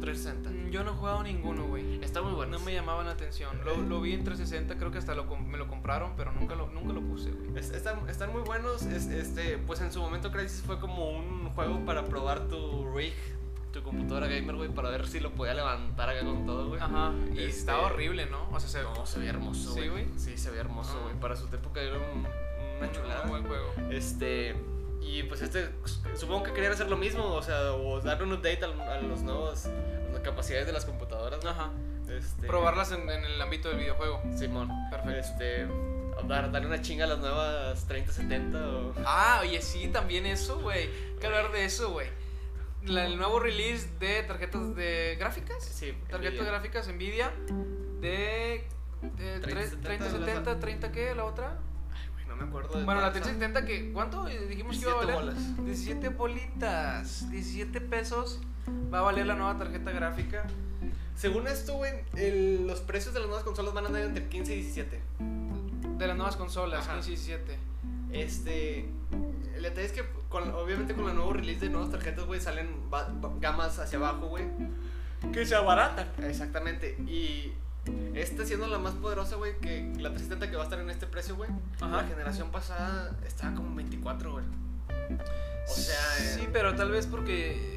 S2: 360.
S1: mm, Yo no he jugado ninguno, güey.
S2: Está muy bueno.
S1: No me llamaban la atención. Lo, lo vi en 360, creo que hasta lo, com- me lo compraron, pero nunca lo, nunca lo puse, güey.
S2: Es- Están, están muy buenos. es- este, pues en su momento Crysis fue como un juego para probar tu rig, tu computadora gamer, güey, para ver si lo podía levantar acá con todo, güey.
S1: Ajá. Y
S2: Este-
S1: estaba horrible, ¿no? O sea, se
S2: No, se veía hermoso,
S1: Ah. Sí,
S2: güey.
S1: güey.
S2: Sí, se veía hermoso,
S1: Ah.
S2: güey. Para su época era un- una chulada.
S1: Un buen juego.
S2: Este, y pues este, supongo que querían hacer lo mismo, o sea, o darle un update al- a, los nuevos, a las capacidades de las computadoras, ¿no?
S1: Ajá.
S2: Este,
S1: Probarlas en, en el ámbito del videojuego.
S2: Simón.
S1: Perfecto.
S2: Este, dar, darle una chinga a las nuevas 3070 o...
S1: Ah, oye, sí, también eso, güey. Hay que hablar de eso, güey. La- El nuevo release de tarjetas de gráficas.
S2: Sí,
S1: Tarjetas
S2: el-
S1: gráficas Nvidia de, de
S2: 3070,
S1: 3070, 30 qué, la otra.
S2: Güey, No me acuerdo Pues, de
S1: Bueno, la
S2: tanto.
S1: 3070 que ¿cuánto Eh, dijimos que iba a
S2: 17
S1: valer?
S2: bolas.
S1: 17 bolitas, 17 pesos va a valer la nueva tarjeta gráfica.
S2: Según esto, güey, el- los precios de las nuevas consolas van a andar entre 15 y 17.
S1: De las nuevas consolas,
S2: Ajá.
S1: 15 y 17.
S2: Este. El detalle es que, con- obviamente, con el nuevo release de nuevas tarjetas, güey, salen ba- ba- gamas hacia abajo, güey.
S1: Que se abaratan.
S2: Exactamente. Y esta siendo la más poderosa, güey, que la 370 que va a estar en este precio, güey.
S1: Ajá.
S2: La generación pasada estaba como en 24, güey. O sea, eh,
S1: Sí, pero tal vez porque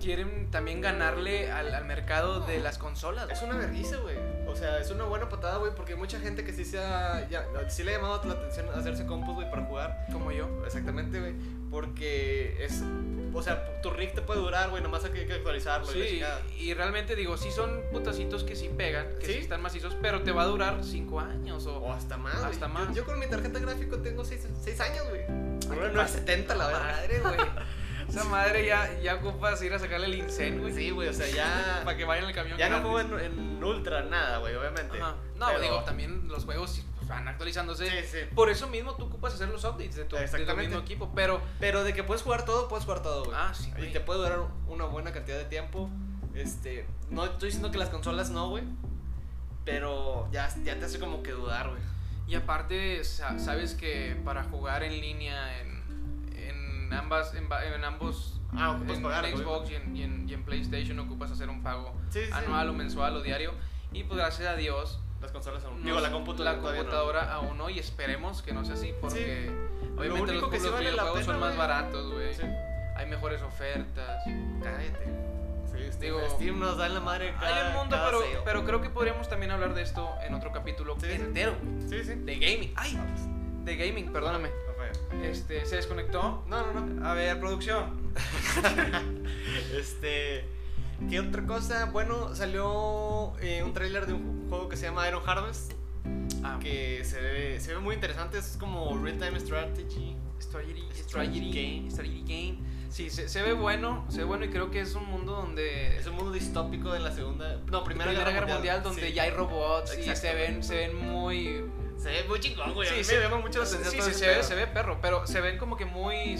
S1: quieren también ganarle al, al mercado de las consolas.
S2: Es
S1: güey.
S2: una vergüenza, güey. O sea, es una buena patada, güey, porque hay mucha gente que sí, se ha, ya, sí le ha llamado la atención hacerse compos, güey, para jugar.
S1: Como yo.
S2: Exactamente, güey. Porque es. O sea, tu rig te puede durar, güey. Nomás hay que actualizarlo. y Ah, pues la
S1: Sí,
S2: chingada.
S1: y realmente digo, sí son putacitos que sí pegan, que sí,
S2: ¿Sí?
S1: están macizos, pero te va a durar 5 años o...
S2: O hasta más.
S1: Hasta
S2: güey. Yo-
S1: más.
S2: Yo, con mi tarjeta gráfico tengo 6 años, güey.
S1: ¿qué
S2: Ahora no es
S1: pasa?
S2: 70, la verdad.
S1: madre, güey. Esa madre ya, ya ocupas ir a sacarle el incendio, güey.
S2: Sí, güey. O sea, ya.
S1: Para que vayan el camión.
S2: ya no
S1: grande.
S2: juego en, en Ultra nada, güey, obviamente.
S1: Ajá. No,
S2: Pero-
S1: digo, también los juegos pues, van actualizándose.
S2: Sí, sí.
S1: Por eso mismo tú ocupas hacer los updates de tu, de tu
S2: Exactamente.
S1: mismo equipo, pero...
S2: Pero de que puedes jugar todo, puedes jugar todo, güey.
S1: Ah, sí,
S2: Y
S1: güey.
S2: te puede durar una buena cantidad de tiempo. Este. No estoy diciendo que las consolas no, güey. Pero ya, ya te hace como que dudar, güey.
S1: Y aparte, sa- sabes que para jugar en línea en, en ambas en, ba- en ambos
S2: Ah, ocupas
S1: en,
S2: pagar,
S1: en
S2: güey.
S1: Xbox y en, y en- y en PlayStation ocupas hacer un pago
S2: Sí, sí.
S1: anual o mensual o diario y pues gracias a Dios
S2: Ah, Las consolas aún.
S1: nos-
S2: Digo, la computadora.
S1: la
S2: todavía no.
S1: computadora aún no y esperemos que no sea así porque obviamente
S2: único
S1: los,
S2: que sí
S1: los
S2: vale la
S1: videojuegos
S2: pena,
S1: son más
S2: güey.
S1: baratos, güey.
S2: Sí.
S1: Hay mejores ofertas.
S2: Cállate. Sí, Steam,
S1: Digo,
S2: Steam nos da en la madre cada,
S1: este, Hay un mundo,
S2: cada
S1: pero,
S2: sale.
S1: pero creo que podríamos también hablar de esto en otro capítulo
S2: Sí, sí.
S1: entero güey,
S2: Sí, sí.
S1: de gaming. Ay,
S2: Ah, pues,
S1: de gaming, perdóname. Este, se desconectó.
S2: No, no, no.
S1: A ver, producción.
S2: Este. ¿Qué otra cosa? Bueno, salió eh, un tráiler de un juego que se llama Iron Harvest.
S1: Ah,
S2: Que se ve, se ve muy interesante. Es como Real Time Strategy.
S1: Strategy,
S2: Strategy
S1: Game.
S2: Game.
S1: Strategy Game. Sí, se, se ve bueno, se ve bueno y creo que es un mundo donde...
S2: Es un mundo distópico de la segunda. No,
S1: Primera,
S2: primera,
S1: Guerra, Mundial, donde
S2: sí.
S1: ya hay robots y
S2: Exacto.
S1: se ven, se ven muy...
S2: Se ve muy chingón, güey.
S1: Sí,
S2: a mí
S1: sí.
S2: me llama mucho la atención.
S1: Sí,
S2: todo
S1: sí,
S2: ese
S1: se ve,
S2: pedo.
S1: se ve perro, pero se ven como que muy...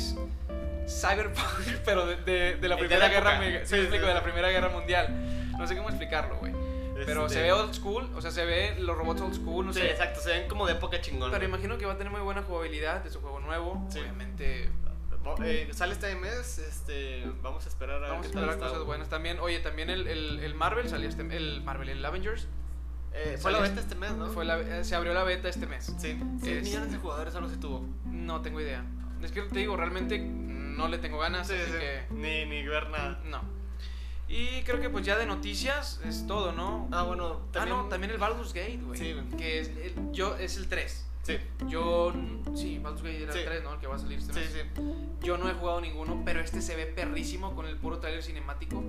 S1: cyberpunk, pero de, de- de la
S2: De
S1: Primera
S2: la
S1: Guerra
S2: época.
S1: Mega- sí,
S2: Sí,
S1: me
S2: sí,
S1: explico,
S2: sí.
S1: de la Primera Guerra Mundial. No sé cómo explicarlo, güey. Pero
S2: Este,
S1: se ve old school, o sea, se ve los robots old school, no
S2: sí,
S1: sé.
S2: exacto, se ven como de época chingona.
S1: Pero imagino que va a tener muy buena jugabilidad de su juego nuevo.
S2: Sí.
S1: Obviamente,
S2: Bo- eh, sale este mes, este, vamos a esperar a ver
S1: vamos a
S2: qué tal
S1: esperar
S2: está.
S1: cosas buenas también. Oye, también el, el, el Marvel salió este El Marvel, el Avengers.
S2: Eh, fue la
S1: Sale-
S2: venta este mes, ¿no?
S1: Fue la- eh, se abrió la beta este mes.
S2: Sí,
S1: Este-
S2: 6 millones de jugadores algo se tuvo.
S1: No tengo idea. Es que te digo, realmente no le tengo ganas,
S2: Sí,
S1: así
S2: sí.
S1: que
S2: Ni, ni ver nada.
S1: no. Y creo que pues ya de noticias es todo, ¿no?
S2: Ah, bueno, también.
S1: Ah, no, también el Baldur's Gate, güey.
S2: Sí, güey.
S1: Que es el, yo, es el 3.
S2: Sí,
S1: Yo, sí, Baldur's Gate era el
S2: Sí.
S1: 3, ¿no? El que va a salir este
S2: sí,
S1: mes.
S2: sí.
S1: Yo no he jugado ninguno, pero este se ve perrísimo con el puro trailer cinemático.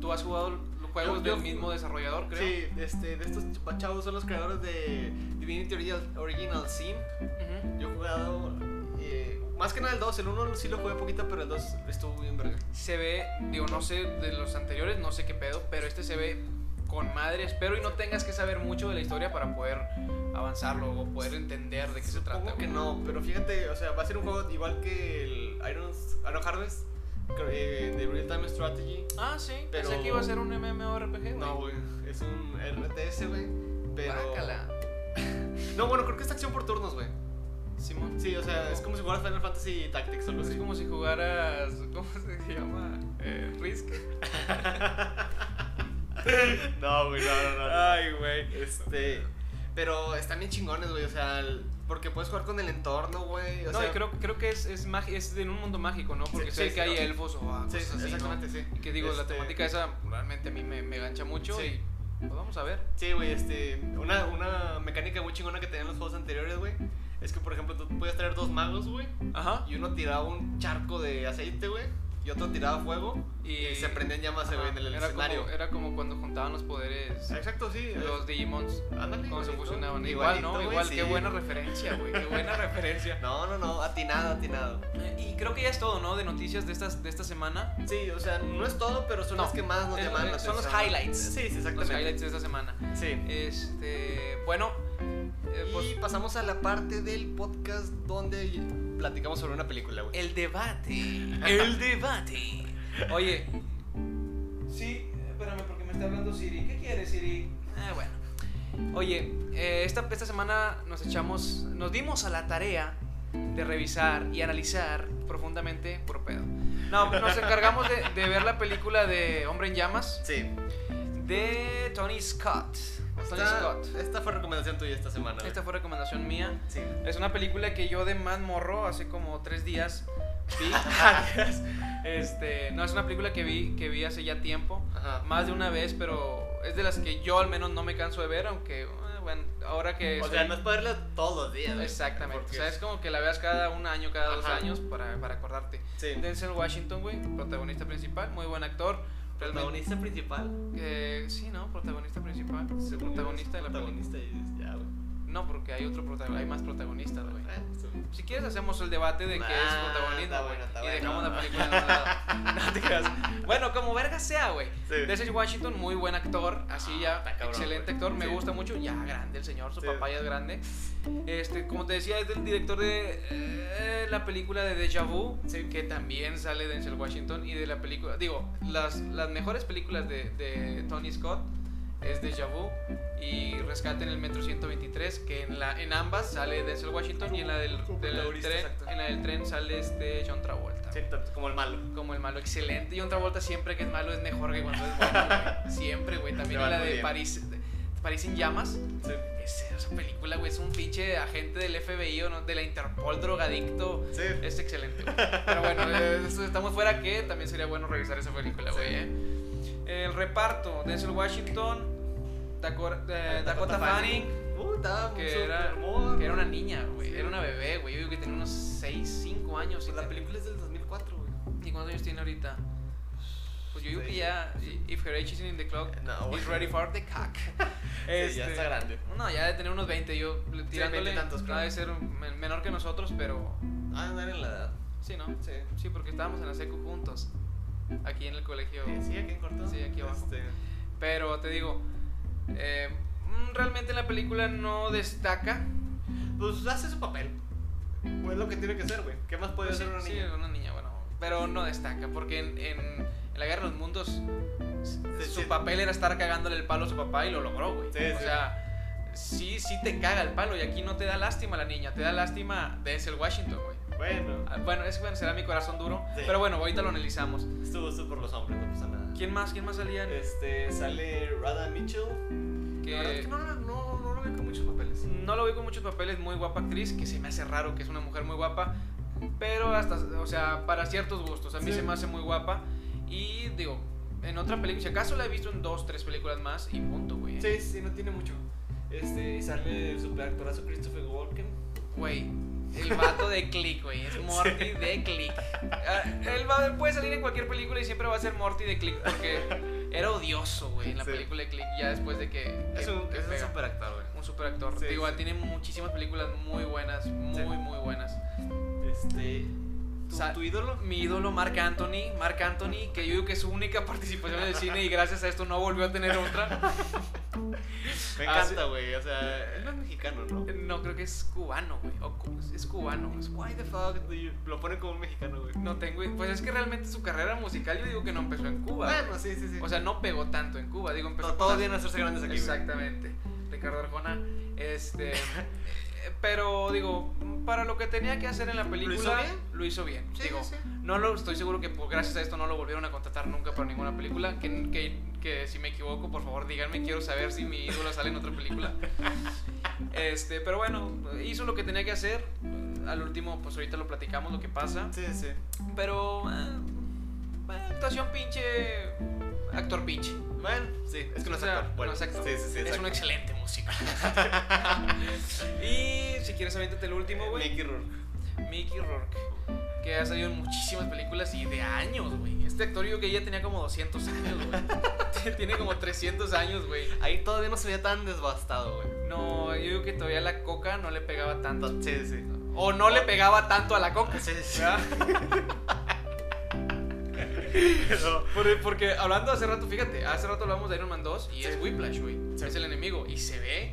S1: Tú has jugado los juegos
S2: Yo-
S1: del
S2: yo-
S1: mismo desarrollador, creo.
S2: Sí, este, de estos ch- chavos son los creadores de Divinity Origi- Original Sin.
S1: Ujú.
S2: Yo he jugado eh, más que nada el 2, el 1 sí lo jugué poquito, pero el 2 estuvo bien verga.
S1: Se ve, digo, no sé de los anteriores, no sé qué pedo, pero este se ve con madre. Espero y no tengas que saber mucho de la historia para poder avanzarlo o poder entender de qué se trata.
S2: Supongo que
S1: güey.
S2: no, pero fíjate, o sea, va a ser un juego igual que el Iron's, Iron Harvest creo, eh, de Real Time Strategy.
S1: Ah, sí,
S2: Pero-
S1: pensé que iba a ser un MMORPG, güey.
S2: No, güey, es un RTS, güey, pero...
S1: Guácala.
S2: No, bueno, creo que es acción por turnos, güey.
S1: Simón.
S2: Sí, o sea, es como si jugaras Final Fantasy Tactics o algo
S1: Es
S2: así.
S1: como si jugaras. ¿Cómo se llama? Eh, Risk.
S2: No, güey, no, no, no.
S1: Ay, güey.
S2: Este, pero están bien chingones, güey. O sea, el- porque puedes jugar con el entorno, güey. O
S1: no,
S2: sea,
S1: y creo, creo que es, es, magi- es en un mundo mágico, ¿no? Porque
S2: Sí,
S1: sé
S2: sí,
S1: que hay
S2: sí.
S1: elfos o ah,
S2: Sí,
S1: cosas así,
S2: exactamente,
S1: ¿no?
S2: sí.
S1: Y que digo, la
S2: Este-
S1: temática esa realmente a mí me, me gancha mucho.
S2: Sí.
S1: Y, pues vamos a ver.
S2: Sí, güey, este. Una, una mecánica muy chingona que tenían los juegos anteriores, güey. Es que, por ejemplo, tú podías traer dos magos, güey.
S1: Ajá.
S2: Y uno tiraba un charco de aceite, güey. Y otro tiraba fuego. Y, Ah, se prendían llamas,
S1: ajá,
S2: güey, en el
S1: era
S2: escenario.
S1: Como, era como cuando juntaban los poderes,
S2: Exacto, sí. es-
S1: los Digimons,
S2: Ándale.
S1: cómo se
S2: igualito.
S1: fusionaban. Igual, ¿no?
S2: Igualito, güey,
S1: Igual,
S2: sí.
S1: qué buena referencia, güey. Qué buena referencia.
S2: No, no, no. Atinado, atinado.
S1: Eh, Y creo que ya es todo, ¿no? De noticias de, estas, de esta semana.
S2: Sí, o sea, no es todo, pero son
S1: No,
S2: las que más nos
S1: es-
S2: llaman la
S1: son los
S2: atención.
S1: highlights.
S2: Sí, sí,
S1: Los
S2: exactamente.
S1: highlights de esta semana.
S2: Sí.
S1: Este. Bueno, eh,
S2: Y
S1: pues.
S2: pasamos a la parte del podcast donde platicamos sobre una película, güey.
S1: El debate. El debate. Oye. Sí, espérame porque me está hablando Siri. ¿Qué quieres, Siri? Ah, bueno. Oye, eh, esta, esta semana nos echamos. Nos dimos a la tarea de revisar y analizar profundamente por pedo. No, nos encargamos de, de ver la película de Hombre en Llamas
S2: Sí.
S1: de Tony Scott. Tony
S2: Esta,
S1: Scott.
S2: esta fue recomendación tuya esta semana. güey.
S1: Esta fue recomendación mía.
S2: Sí.
S1: Es una película que yo de man morro hace como tres días vi. este, no, es una película que vi, que vi hace ya tiempo.
S2: Ajá.
S1: Más de una vez, pero es de las que yo al menos no me canso de ver, aunque, eh, bueno, ahora que...
S2: o
S1: soy-
S2: sea, no es para verla todos los días. güey.
S1: Eh, Exactamente. O
S2: Porque-
S1: sea, es como que la veas cada un año, cada dos
S2: Ajá.
S1: años para, para acordarte.
S2: Sí.
S1: Denzel Washington, güey, protagonista principal, muy buen actor. Realmente,
S2: Protagonista principal.
S1: eh, sí, ¿no? Protagonista principal.
S2: Según yo,
S1: Protagonista de la película.
S2: Protagonista y ya, güey.
S1: No, porque hay otro protagonista, hay más protagonistas, güey.
S2: Eh, sí.
S1: Si quieres hacemos el debate de qué es
S2: Ah,
S1: protagonismo
S2: está
S1: güey,
S2: bueno, está
S1: y
S2: bueno.
S1: dejamos la película de un lado. No te creas. Bueno, como verga sea, güey.
S2: Sí.
S1: Denzel Washington, muy buen actor, así
S2: Ah,
S1: ya,
S2: está cabrón,
S1: excelente
S2: güey.
S1: actor, me
S2: Sí.
S1: gusta mucho, ya grande el señor, su
S2: Sí.
S1: papá ya es grande. Este, como te decía, es el director de eh, la película de Deja Vu, que también sale Denzel Washington, y de la película, digo, las, las mejores películas de, de Tony Scott es Deja Vu y Rescate en el Metro 123, que en, la, en ambas sale Denzel Washington y en la del,
S2: Como
S1: del
S2: protagonista,
S1: tren,
S2: exacto.
S1: en la del tren sale este John Travolta.
S2: Sí, tanto como el malo.
S1: Como el malo, excelente. John Travolta siempre que es malo es mejor que cuando es bueno. güey. Siempre, güey. También
S2: Le va
S1: la
S2: muy
S1: de
S2: bien.
S1: París, de- París en llamas.
S2: Sí.
S1: Es- esa película, güey, es un pinche agente del FBI o no, de la Interpol drogadicto.
S2: Sí.
S1: Es excelente, güey. Pero bueno, eh, eso estamos fuera que también sería bueno revisar esa película, güey. eh. El reparto, Denzel Washington, Dakor- eh, Dakota,
S2: Dakota
S1: Fanning,
S2: Fanning, Uh, estaba
S1: que
S2: súper
S1: era,
S2: morro.
S1: que era una niña, güey.
S2: Sí.
S1: Era una bebé, güey. Yo digo que tenía unos 6, 5 años.
S2: Pues
S1: siete
S2: La
S1: años.
S2: película es del 2004, güey.
S1: ¿Y cuántos años tiene ahorita? Pues yo digo que
S2: Sí.
S1: ya, if her age is in the clock,
S2: No, güey.
S1: is ready for the cock.
S2: Sí, ya
S1: Eh, Este,
S2: está grande.
S1: No, ya de tener unos 20, yo le- tirándole.
S2: 20 tantos, creo.
S1: ha de ser men- menor que nosotros, pero
S2: Ah, andar en la edad.
S1: sí, ¿no?
S2: Sí.
S1: Sí, porque estábamos en la secu juntos, aquí en el colegio.
S2: Sí, aquí en corto.
S1: Sí, aquí abajo.
S2: Este,
S1: Pero te digo, eh, mm, realmente la película no destaca.
S2: Pues hace su papel. Pues lo que tiene que ser, güey. ¿Qué más puede
S1: Pues sí,
S2: hacer una
S1: sí,
S2: niña?
S1: una niña, bueno, pero no destaca, porque en, en- en la Guerra de los Mundos
S2: Sí,
S1: su
S2: sí.
S1: papel era estar cagándole el palo a su papá y lo logró, güey.
S2: Sí,
S1: o
S2: sí.
S1: sea, sí, sí te caga el palo y aquí no te da lástima la niña, te da lástima Denzel Washington, güey.
S2: Bueno,
S1: Ah, Bueno, ese bueno, será mi corazón duro,
S2: Sí.
S1: pero bueno, ahorita lo analizamos.
S2: estuvo estuvo por los hombres, no pasa nada.
S1: ¿Quién más? ¿Quién más salía?
S2: Este, sale Rada Mitchell. La verdad es
S1: Que
S2: que no, la- no, no lo veo con muchos papeles.
S1: no lo veo con muchos papeles, muy guapa actriz, que se me hace raro que es una mujer muy guapa, pero hasta, o sea, para ciertos gustos, a mí
S2: Sí.
S1: se me hace muy guapa y digo, en otra película, si acaso la he visto en dos, tres películas más y punto, güey.
S2: Sí, sí, no tiene mucho. Este, y sale el superactorazo Christopher Walken.
S1: Güey, el vato de Click, güey. Es Morty de Click. Ah, Él, va- él puede salir en cualquier película y siempre va a ser Morty de Click porque era odioso, güey, en la
S2: Sí.
S1: película de Click. Ya después de que.
S2: Es
S1: que-
S2: un,
S1: que
S2: es un
S1: pega.
S2: superactor, güey.
S1: Un superactor.
S2: Sí,
S1: Digo,
S2: sí.
S1: tiene muchísimas películas muy buenas, muy, muy buenas.
S2: Este.
S1: O sea,
S2: ¿Tu, tu ídolo?
S1: Mi ídolo Mark Anthony, Mark Anthony, que yo digo que es su única participación en el cine y gracias a esto no volvió a tener otra.
S2: Me
S1: Ah,
S2: encanta, güey. O sea, él no es mexicano, ¿no?
S1: No, creo que es cubano, güey. o cu- Es cubano. Es
S2: Why the fuck do you- Lo ponen como un mexicano, güey.
S1: No tengo. Pues es que realmente su carrera musical, yo digo que no empezó en Cuba.
S2: Bueno, sí, sí, sí.
S1: O sea, no pegó tanto en Cuba. Digo, empezó.
S2: To-
S1: con
S2: todos
S1: las-
S2: vienen a hacerse grandes aquí. güey.
S1: Exactamente. Ricardo Arjona. Este. eh, pero digo, para lo que tenía que hacer en la película.
S2: bien?
S1: lo hizo bien.
S2: Sí,
S1: digo,
S2: sí, sí.
S1: no lo estoy seguro que por, gracias a esto no lo volvieron a contratar nunca para ninguna película. Que, que, que si me equivoco, por favor díganme, quiero saber si mi ídolo sale en otra película. Este, pero bueno, hizo lo que tenía que hacer. Al último, pues ahorita lo platicamos lo que pasa.
S2: Sí, sí.
S1: Pero. ah, ah, actuación pinche. Actor pinche.
S2: Bueno, sí. Es que no
S1: O
S2: es
S1: sea,
S2: actor. Bueno,
S1: no es actor.
S2: Sí, sí,
S1: es
S2: sí.
S1: un
S2: exacto.
S1: excelente músico. y si quieres, aviéntate el último, güey.
S2: Mickey Rourke.
S1: Mickey Rourke. Que ha salido en muchísimas películas y de años, güey. Este actor yo que ya tenía como 200 años, güey. Tiene como 300 años, güey.
S2: Ahí todavía no se veía tan desbastado, güey.
S1: No, yo digo que todavía la coca no le pegaba tanto.
S2: Sí, sí.
S1: O no le pegaba tanto a la coca.
S2: Sí, sí.
S1: ¿verdad? Por- Porque hablando hace rato, fíjate, hace rato hablamos de Iron Man 2 y
S2: Sí.
S1: es Whiplash, güey.
S2: Sí.
S1: Es el enemigo y se ve,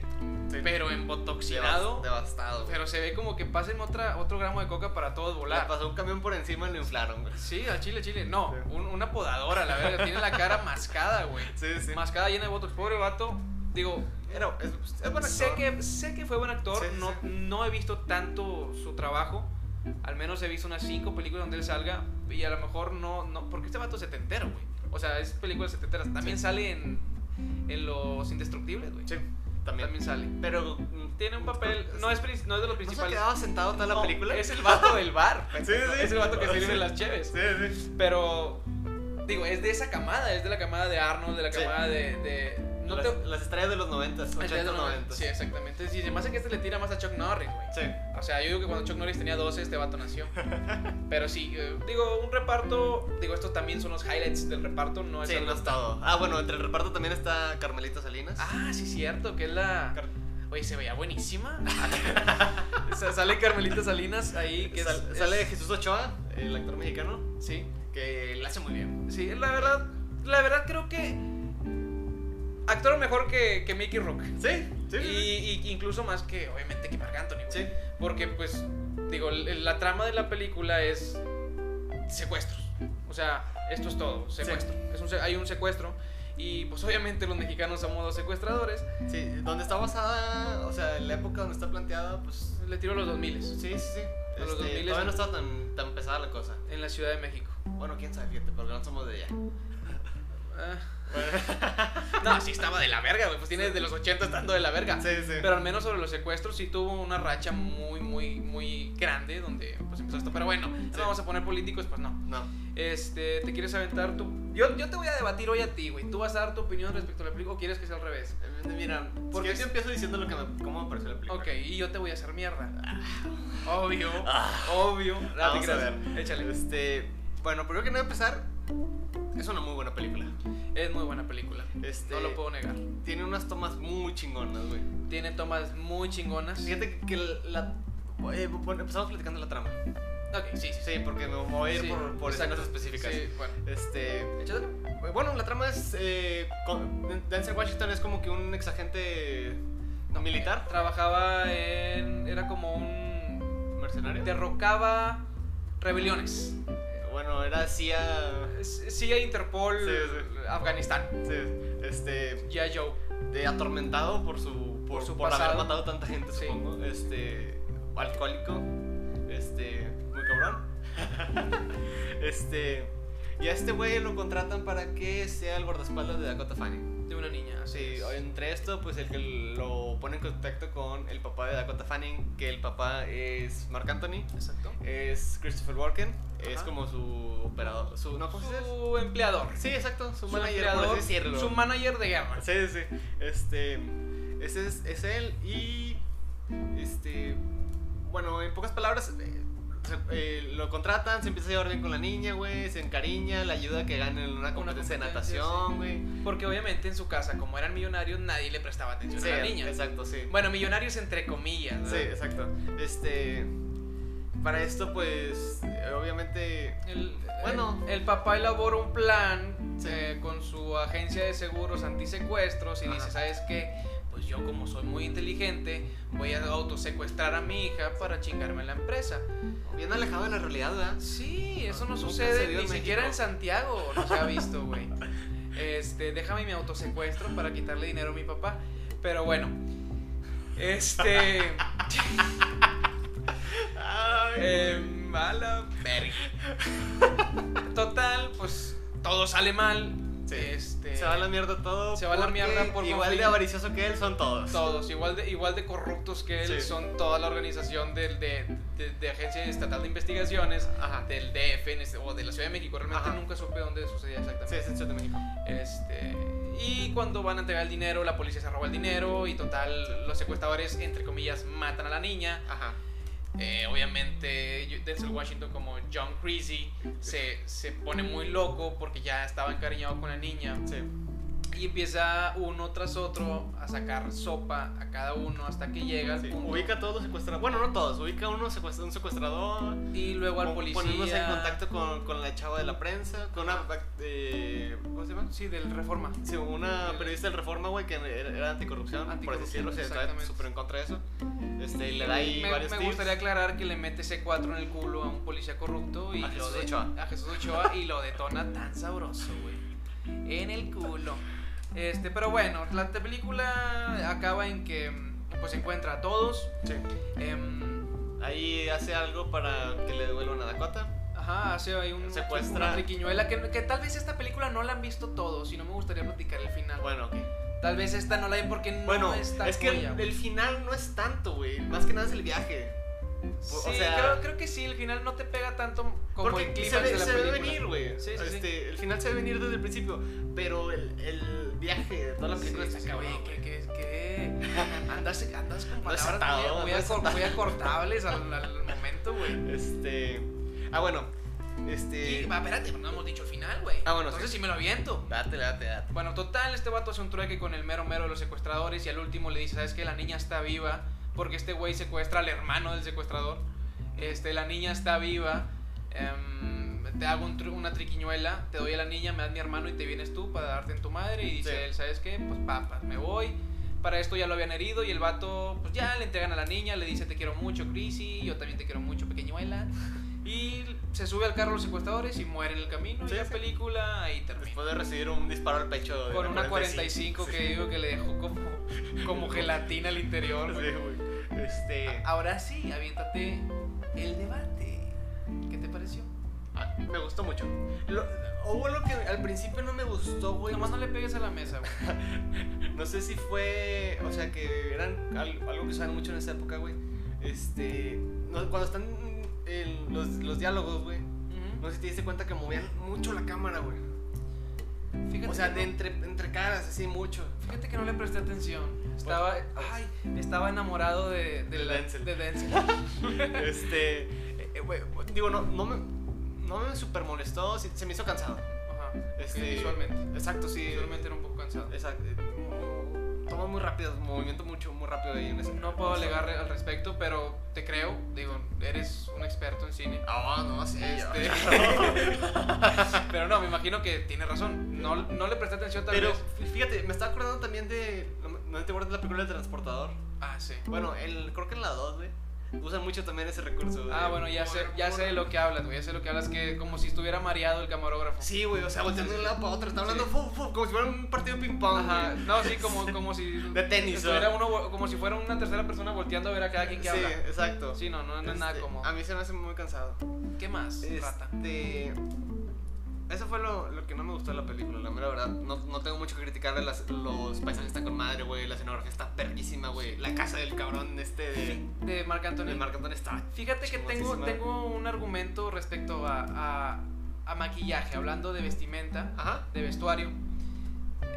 S1: pero
S2: Devas-
S1: embotoxinado.
S2: Devastado. güey.
S1: Pero se ve como que pasen otra, otro gramo de coca para todos
S2: Le
S1: volar.
S2: pasó un camión por encima y lo inflaron, güey.
S1: Sí, al chile, chile. No,
S2: Sí.
S1: un- una podadora, la verdad. Tiene la cara mascada, güey.
S2: Sí, sí.
S1: Mascada llena de botox. Pobre vato. Digo,
S2: Era, es, es buen
S1: sé
S2: actor.
S1: que, sé que fue buen actor.
S2: Sí, sí,
S1: no,
S2: sí.
S1: no he visto tanto su trabajo. Al menos he visto unas cinco películas donde él salga. Y a lo mejor no. no porque este vato es setentero, güey. O sea, es películas setenteras. También sale en, en Los Indestructibles, güey.
S2: Sí, también.
S1: También sale.
S2: Pero. mm,
S1: Tiene un papel. No es, prin- no es de los
S2: ¿No se
S1: principales.
S2: quedaba sentado toda la
S1: No,
S2: película?
S1: Es el vato del bar.
S2: Sí, sí.
S1: pendejo. Es el vato que
S2: Sí.
S1: sirve las cheves.
S2: Sí, sí.
S1: Pero, digo, es de esa camada. Es de la camada de Arnold, de la
S2: Sí.
S1: camada de. de- no
S2: las,
S1: te.
S2: las estrellas de los 90, 80, 90.
S1: Sí, exactamente. Sí, además es que este le tira más a Chuck Norris, güey.
S2: Sí.
S1: O sea, yo digo que cuando Chuck Norris tenía 12, este vato nació. Pero sí, eh, digo, un reparto. Digo, estos también son los highlights del reparto, no es
S2: Sí,
S1: algo-
S2: no es todo. Ah, bueno, entre el reparto también está Carmelita Salinas.
S1: Ah, sí, cierto, que es la.
S2: Car-
S1: Oye, se veía buenísima. O sea, sale Carmelita Salinas ahí, que es-
S2: Sal-
S1: es-
S2: sale Jesús Ochoa, el actor mexicano,
S1: Sí.
S2: que la hace muy bien.
S1: Sí, la verdad, la verdad creo que actuaron mejor que, que Mickey Rourke.
S2: Sí, sí. sí.
S1: Y, y incluso más que, obviamente, que Marc Anthony. güey.
S2: Sí,
S1: Porque, pues, digo, l- la trama de la película es secuestros. O sea, esto es todo, secuestro. Es un se- hay un secuestro. Y, pues, obviamente los mexicanos somos los secuestradores.
S2: sí. Donde está basada, o sea, en la época donde está planteada, pues.
S1: Le tiro los 2000
S2: Sí, sí, sí.
S1: Pero los
S2: Este,
S1: 2000
S2: todavía no estaba tan, tan pesada la cosa.
S1: en la Ciudad de México.
S2: Bueno, quién sabe, fíjate, porque no somos de allá.
S1: Ah. No, sí estaba de la verga, güey. Pues tiene desde los 80 estando de la verga.
S2: Sí, sí.
S1: Pero al menos sobre los secuestros sí tuvo una racha muy, muy, muy grande donde pues empezó esto. Pero bueno, no
S2: Sí.
S1: vamos a poner políticos, pues no.
S2: No.
S1: Este, ¿te quieres aventar tú? Yo, yo te voy a debatir hoy a ti, güey. ¿Tú vas a dar tu opinión respecto a la película o quieres que sea al revés?
S2: Eh, Mira,
S1: Porque
S2: porque yo
S1: es-
S2: te empiezo diciendo lo que me, cómo me pareció la película.
S1: Ok, y yo te voy a hacer mierda. Obvio,
S2: Ah.
S1: obvio. No, te
S2: Vamos a
S1: creas.
S2: ver.
S1: Échale.
S2: Este, bueno, primero que nada empezar, es una muy buena película.
S1: Es muy buena película.
S2: Este,
S1: No lo puedo negar.
S2: Tiene unas tomas muy chingonas, güey.
S1: Tiene tomas muy chingonas.
S2: Fíjate que la... eh, bueno, empezamos platicando la trama.
S1: Ok, sí, sí. sí.
S2: Sí, porque me voy a ir
S1: Sí,
S2: por, por
S1: exacto.
S2: escenas específicas.
S1: Sí, bueno.
S2: Este,
S1: Échale.
S2: bueno, la trama es... eh, con- Denzel Washington es como que un ex agente
S1: No,
S2: militar.
S1: Trabajaba en. Era como un.
S2: ¿Mercenario?
S1: derrocaba rebeliones.
S2: bueno, era CIA.
S1: Sí, Interpol,
S2: Sí, sí.
S1: Afganistán.
S2: sí, este.
S1: Ya Joe.
S2: de atormentado por su por,
S1: su
S2: por haber
S1: pasado.
S2: matado tanta gente
S1: Sí.
S2: supongo este alcohólico este muy cabrón este y a este güey lo contratan para que sea el guardaespaldas de Dakota Fanning
S1: De una niña. así
S2: sí
S1: es.
S2: entre esto pues el que lo pone en contacto con el papá de Dakota Fanning que el papá es Mark Anthony
S1: Exacto.
S2: es Christopher Walken es
S1: Ajá.
S2: como su operador su no ¿cómo se dice?
S1: Su empleador.
S2: sí exacto Pues su,
S1: Su
S2: manager por
S1: empleador,
S2: así decirlo.
S1: Su manager de guerra.
S2: Sí, sí. Este. Ese es, es él. Y. Este. Bueno, en pocas palabras. eh, se- eh, lo contratan, se empieza a llevar bien con la niña, güey. Se encariña, le ayuda a que gane una competencia de
S1: competencia,
S2: natación, güey.
S1: Porque obviamente en su casa, como eran millonarios, nadie le prestaba atención
S2: Sí,
S1: a la niña.
S2: exacto, sí.
S1: Bueno, millonarios entre comillas.
S2: Sí,
S1: ¿verdad?
S2: exacto. Este. Para esto, pues. eh, Obviamente.
S1: El,
S2: Bueno.
S1: el, el papá elabora un plan
S2: Sí.
S1: eh, con su agencia de seguros antisecuestros y
S2: Ajá.
S1: dice, ¿sabes qué? Pues yo como soy muy inteligente, voy a autosecuestrar a mi hija para chingarme la empresa.
S2: Bien alejado de la realidad, ¿verdad?
S1: Sí, eso no
S2: Nunca
S1: sucede
S2: se vio
S1: ni
S2: en
S1: siquiera
S2: México.
S1: en Santiago, no se ha visto, güey. Este, déjame mi autosecuestro para quitarle dinero a mi papá. Pero bueno, este,
S2: Ay,
S1: eh, mala verga. Total, pues todo sale mal.
S2: Sí.
S1: Este,
S2: se va a la mierda todo.
S1: se va a la
S2: porque
S1: mierda por
S2: Igual de
S1: conflicto.
S2: avaricioso que él son todos.
S1: todos, igual de, igual de corruptos que él,
S2: Sí.
S1: son toda la organización del, de, de- de Agencia Estatal de Investigaciones,
S2: Ajá.
S1: del DF en este- o de la Ciudad de México. Realmente
S2: Ajá.
S1: nunca supe dónde sucedía
S2: Sí,
S1: exactamente.
S2: es en Ciudad de México.
S1: Este, y cuando van a entregar el dinero, la policía se roba el dinero y total, los secuestradores, entre comillas, matan a la niña.
S2: Ajá.
S1: Eh, obviamente, yo- Denzel Washington como John Creasy se, se pone muy loco porque ya estaba encariñado con la niña.
S2: Sí.
S1: Y empieza uno tras otro a sacar sopa a cada uno hasta que llega al
S2: Sí,
S1: punto.
S2: Ubica a todos los secuestradores. Bueno, no todos. Ubica a uno secuestra- un secuestrador.
S1: y luego al
S2: pon-
S1: policía.
S2: Ponernos en contacto con, con la chava de la prensa. Con una. eh, ¿Cómo se llama?
S1: Sí, del Reforma.
S2: Sí, una periodista del Reforma, güey, que era, era anticorrupción. por así
S1: Anticorrupción,
S2: decirlo, se estaba
S1: exactamente.
S2: súper en contra de eso. Este, y le da ahí
S1: me,
S2: varios
S1: me
S2: tips.
S1: gustaría aclarar que le mete C4 en el culo a un policía corrupto y
S2: A
S1: lo
S2: Jesús
S1: de-
S2: Ochoa.
S1: a Jesús Ochoa y lo detona tan sabroso, güey. En el culo. Este, pero bueno, la te- película acaba en que mm, pues encuentra a todos.
S2: Sí.
S1: em,
S2: Ahí hace algo para que le devuelvan a Dakota.
S1: ajá, hace ahí un,
S2: Secuestra.
S1: una triquiñuela que, que tal vez esta película no la han visto todos y no me gustaría platicar el final.
S2: Bueno, ok.
S1: Tal vez esta no la hay porque no
S2: Bueno,
S1: está
S2: es que el,
S1: joya, güey.
S2: el final no es tanto, güey. Más que nada es el viaje.
S1: Sí,
S2: o sea-
S1: creo, creo que sí, el final no te pega tanto como el
S2: Porque se
S1: clímax
S2: ve,
S1: de la
S2: se ve
S1: película.
S2: venir, güey.
S1: Sí, sí, sí.
S2: Este, El final se ve venir desde el principio. Pero el, el viaje de toda la película
S1: Sí,
S2: está cabrón,
S1: güey,
S2: güey.
S1: que, que, que- Andas, andas con
S2: No
S1: palabras
S2: es atado,
S1: muy-
S2: no
S1: muy,
S2: es
S1: acor-
S2: atado.
S1: muy acortables al, al momento, güey.
S2: Este. Ah, bueno. Este.
S1: Y, va, espérate, no hemos dicho el final, güey.
S2: Ah, bueno,
S1: Entonces
S2: sí.
S1: sí me lo aviento.
S2: Date, date, date.
S1: Bueno, total, este vato hace un trueque con el mero mero de los secuestradores y al último le dice, ¿sabes qué? La niña está viva porque este güey secuestra al hermano del secuestrador. Este, la niña está viva. em, te hago un tru- una triquiñuela, te doy a la niña, me das mi hermano y te vienes tú para darte en tu madre. Y dice
S2: Sí.
S1: él, ¿sabes qué? Pues papas, me voy. Para esto ya lo habían herido y el vato, pues ya le entregan a la niña, le dice te quiero mucho, Chrissy, yo también te quiero mucho, pequeñuela. Y se sube al carro los secuestradores y muere en el camino.
S2: Sí,
S1: y la
S2: sí.
S1: película ahí termina
S2: Después de recibir un disparo al pecho. de
S1: con
S2: la
S1: una 45
S2: Sí,
S1: que digo que le dejó como, como gelatina al interior. güey. Ah,
S2: sí, güey. Este.
S1: Ahora sí, aviéntate el debate. ¿Qué te pareció?
S2: ah, me gustó mucho. Lo- hubo lo que al principio no me gustó,
S1: Pues
S2: güey.
S1: Nomás no le pegues a la mesa, güey.
S2: No sé si fue, o sea, que eran al- algo que usaban mucho en esa época, güey. Este, no, cuando están en los, los diálogos, güey,
S1: Ujú.
S2: no sé si te diste cuenta que movían mucho la cámara, güey.
S1: Fíjate,
S2: O sea,
S1: que
S2: de
S1: no,
S2: entre, entre caras, así mucho.
S1: fíjate que no le presté atención. Estaba, ay, estaba enamorado de, de,
S2: Pues De
S1: la-
S2: Denzel.
S1: de Denzel.
S2: Este, eh, eh, güey, digo, no, no me, no me super molestó, sí, se me hizo cansado.
S1: Ajá.
S2: Este, eh,
S1: Sí, visualmente.
S2: Exacto, sí.
S1: Visualmente era un poco cansado.
S2: Exacto. eh, Toma muy rápido, movimiento mucho, muy rápido ahí en esa.
S1: No puedo alegar al respecto, pero te creo. Digo, eres un experto en cine.
S2: Ah, no, sí. ya.
S1: Este- Pero no, me imagino que tiene razón. No, no le presté atención tal
S2: Pero
S1: vez.
S2: fíjate, me estaba acordando también de. ¿No no te acuerdas de la película del transportador?
S1: Ah, sí.
S2: Bueno, el, creo que en la 2, güey. Usan mucho también ese recurso.
S1: Ah,
S2: de
S1: bueno, ya sé, ya sé de lo que hablas, güey. Ya sé de lo que hablas, que como si estuviera mareado el camarógrafo.
S2: Sí, güey, o sea, volteando de un lado para otro, está hablando
S1: Sí.
S2: fu, fu, como si fuera un partido de ping-pong.
S1: Ajá.
S2: güey.
S1: No, sí, como, como si.
S2: De tenis,
S1: estuviera
S2: ¿no?
S1: uno vo- como si fuera una tercera persona volteando a ver a cada quien que
S2: Sí,
S1: habla.
S2: exacto.
S1: Sí, no, no, no es nada
S2: Este,
S1: cómodo.
S2: A mí se me hace muy cansado.
S1: ¿Qué más? Rata.
S2: Este. Eso fue lo, lo que no me gustó de la película, la mera verdad. No, no tengo mucho que criticar. Las, los paisajes están con madre, güey. La escenografía está perrísima, güey. La casa del cabrón este de,
S1: De Marc Anthony.
S2: de Marc Anthony está.
S1: Fíjate que tengo,
S2: Chingoncísima.
S1: tengo un argumento respecto a, a, a maquillaje, hablando de vestimenta,
S2: Ajá.
S1: de vestuario.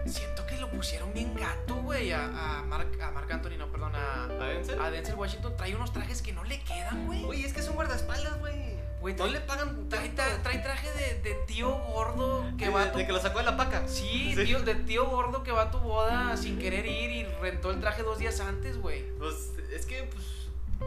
S1: Siento que lo pusieron bien gato, güey, a, a, Marc, a Marc Anthony, no, perdón, a,
S2: ¿La Denzel?
S1: a Denzel Washington. Trae unos trajes que no le quedan, güey.
S2: Ah, Güey, es que es un guardaespaldas, güey.
S1: Güey,
S2: No
S1: trae-
S2: le pagan
S1: Trae,
S2: tanto.
S1: tra- trae traje de, de tío gordo que
S2: De-
S1: va a tu...
S2: De que lo sacó de la paca.
S1: Sí,
S2: Sí.
S1: tío, de tío gordo que va a tu boda sin querer ir y rentó el traje dos días antes, güey.
S2: Pues es que, pues.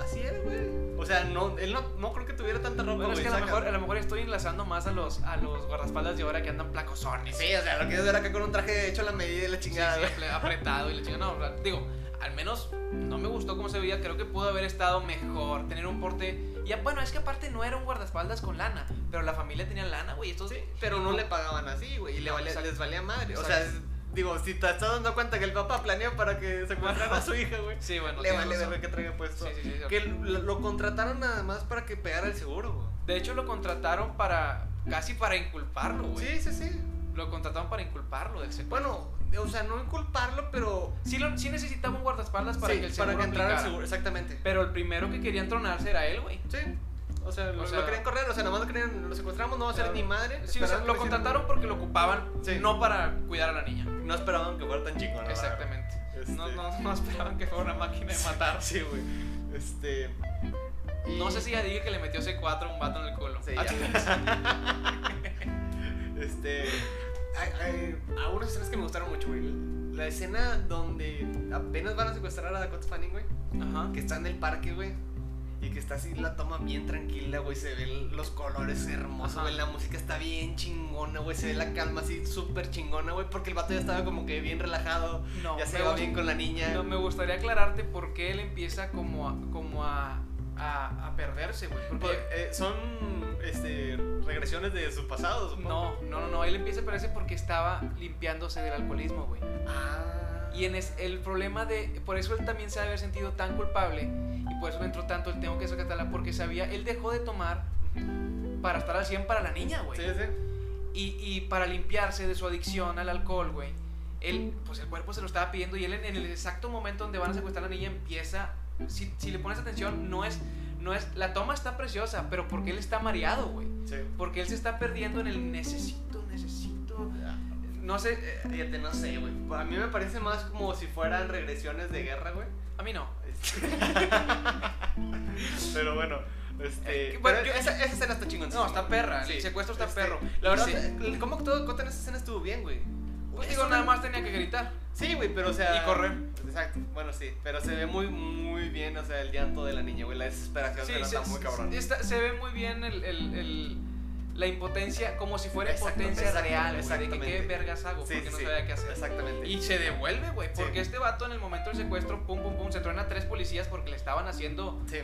S2: Así es, güey. O sea, no, él no, no creo que tuviera tanta ropa,
S1: Bueno, es
S2: güey,
S1: que a lo,
S2: sacas.
S1: mejor, a lo mejor estoy enlazando más a los, a los guardaespaldas de ahora que andan placosones.
S2: Sí, o sea, lo quieres ver acá con un traje hecho a la medida y la
S1: Sí,
S2: chingada,
S1: sí,
S2: güey.
S1: apre- apretado y le chingan Digo, al menos no me gustó cómo se veía. Creo que pudo haber estado mejor, tener un porte. Y a- bueno, es que aparte no era un guardaespaldas con lana, pero la familia tenía lana, güey. Estos
S2: Sí, pero no le pagaban así, güey, y le
S1: No,
S2: valía-
S1: exacto.
S2: les valía madre. O
S1: Exacto.
S2: sea, es- digo, si te estás dando cuenta que el papá planeó para que se a su hija, güey.
S1: Sí, bueno,
S2: le
S1: tienes
S2: vale
S1: razón.
S2: verga que traiga puesto.
S1: Sí, sí, sí, sí.
S2: Que lo, lo contrataron nada más para que pegara el seguro, güey.
S1: De hecho, lo contrataron para. casi para inculparlo, güey.
S2: Sí, sí, sí.
S1: Lo contrataron para inculparlo del secuestro.
S2: Bueno, o sea, no inculparlo, pero
S1: Sí, lo, sí necesitaba un guardaespaldas para
S2: sí,
S1: que el
S2: para
S1: seguro
S2: que entrara el
S1: aplicara.
S2: seguro, exactamente.
S1: Pero el primero que querían tronarse era él, güey.
S2: Sí. O sea, lo,
S1: sea-
S2: lo querían correr, o sea, nada más lo querían, lo secuestramos, no va a ser
S1: Claro.
S2: ni madre.
S1: Sí, o sea,
S2: esperaban
S1: lo
S2: que hiciera-
S1: contrataron porque lo ocupaban,
S2: Sí.
S1: no para cuidar a la niña.
S2: No esperaban que fuera tan chingón, la verdad.
S1: Exactamente.
S2: Este-
S1: No, no, no esperaban que fuera una máquina de matar.
S2: Sí, güey. Este. y-
S1: No sé si ya dije que le metió C4 a un vato en el culo.
S2: Sí,
S1: Ah,
S2: este. Hay, hay algunas escenas que me gustaron mucho, güey. La escena donde apenas van a secuestrar a Dakota Fanning, güey.
S1: Ajá.
S2: Que está en el parque, güey. Y que está así la toma bien tranquila, güey. Se ven los colores hermosos,
S1: Ajá.
S2: güey. La música está bien chingona, güey. Se ve la calma así súper chingona, güey. Porque el vato ya estaba como que bien relajado.
S1: No,
S2: ya se
S1: me
S2: va
S1: gust-
S2: bien con la niña.
S1: no, me gustaría aclararte por qué él empieza como a, como a, a, a perderse, güey. Porque
S2: Por- eh, son este, regresiones de su pasado, supongo.
S1: No, no, no, no. Él empieza a perderse porque estaba limpiándose del alcoholismo, güey.
S2: Ah.
S1: Y en es, eh, el problema de. Por eso él también se ha de haber sentido tan culpable. Y por eso le entró tanto el tengo que rescatarla. Porque sabía. Él dejó de tomar para estar al 100 para la niña, güey.
S2: Sí, sí.
S1: Y, y para limpiarse de su adicción al alcohol, güey. Él, pues el cuerpo se lo estaba pidiendo. Y él, en, en el exacto momento donde van a secuestrar a la niña, empieza. Si, si le pones atención, no es. No es. La toma está preciosa, pero porque él está mareado, güey.
S2: Sí.
S1: Porque él se está perdiendo en el necesito, necesito. No sé. eh,
S2: Fíjate, no sé, güey. A mí me parece más como si fueran regresiones de guerra, güey.
S1: A mí no.
S2: pero bueno,
S1: Eh,
S2: este.
S1: que, bueno,
S2: pero
S1: yo-
S2: esa, esa escena está chingona. este,
S1: No, está perra, el secuestro está perro.
S2: La verdad,
S1: Sí.
S2: el- cómo todo Cota en esa escena estuvo bien, güey.
S1: Pues
S2: Es
S1: digo,
S2: una-
S1: nada más tenía que gritar.
S2: Sí, güey, pero o sea.
S1: Y correr.
S2: Exacto, bueno, sí. Pero se ve muy, muy bien, o sea, el llanto de la niña, güey. La desesperación
S1: Sí,
S2: de la
S1: se,
S2: está muy cabrón.
S1: está- se ve muy bien el, el- el- la impotencia, como si fuera
S2: Exacto,
S1: impotencia
S2: exacto,
S1: real, güey, de que qué
S2: exactamente.
S1: vergas hago,
S2: Sí,
S1: porque
S2: sí,
S1: no
S2: sí,
S1: sabía qué hacer.
S2: Exactamente.
S1: Y se devuelve, güey, porque
S2: Sí.
S1: este vato en el momento del secuestro, pum, pum, pum, se truena a tres policías porque le estaban haciendo
S2: Sí.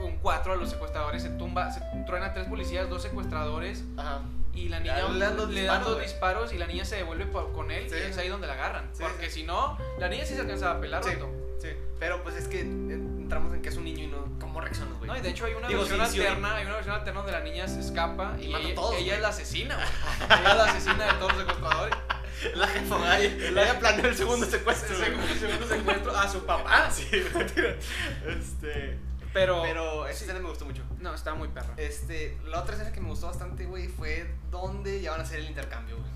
S1: un cuatro a los secuestradores, se tumba, se truena a tres policías, dos secuestradores,
S2: Ajá.
S1: y la
S2: Ya
S1: niña
S2: le dan dos
S1: le dan
S2: disparos,
S1: dos
S2: güey.
S1: disparos y la niña se devuelve por- con él,
S2: Sí.
S1: y es ahí donde la agarran,
S2: Sí,
S1: porque
S2: sí.
S1: si no, la niña sí se alcanzaba a pelar,
S2: Sí.
S1: vato.
S2: Sí. Pero pues es que entramos en que es un niño y no. ¿Cómo reaccionas, güey?
S1: No, y de hecho hay una
S2: Digo,
S1: versión
S2: Pues sí, sí,
S1: alterna, hay una versión alterna donde la niña se escapa y,
S2: Y mata a
S1: ella,
S2: todos,
S1: ella
S2: güey.
S1: es la asesina, güey. Ella es la asesina de todos los secuestradores.
S2: La jefa Gaya. La Gaya planeó el segundo secuestro.
S1: El
S2: güey. Ah,
S1: segundo, segundo secuestro a su papá.
S2: Sí, mentira. Este.
S1: Pero,
S2: Pero esa escena me gustó mucho.
S1: no, está muy perra.
S2: Este, la otra escena que me gustó bastante, güey, fue donde ya van a hacer el intercambio, güey.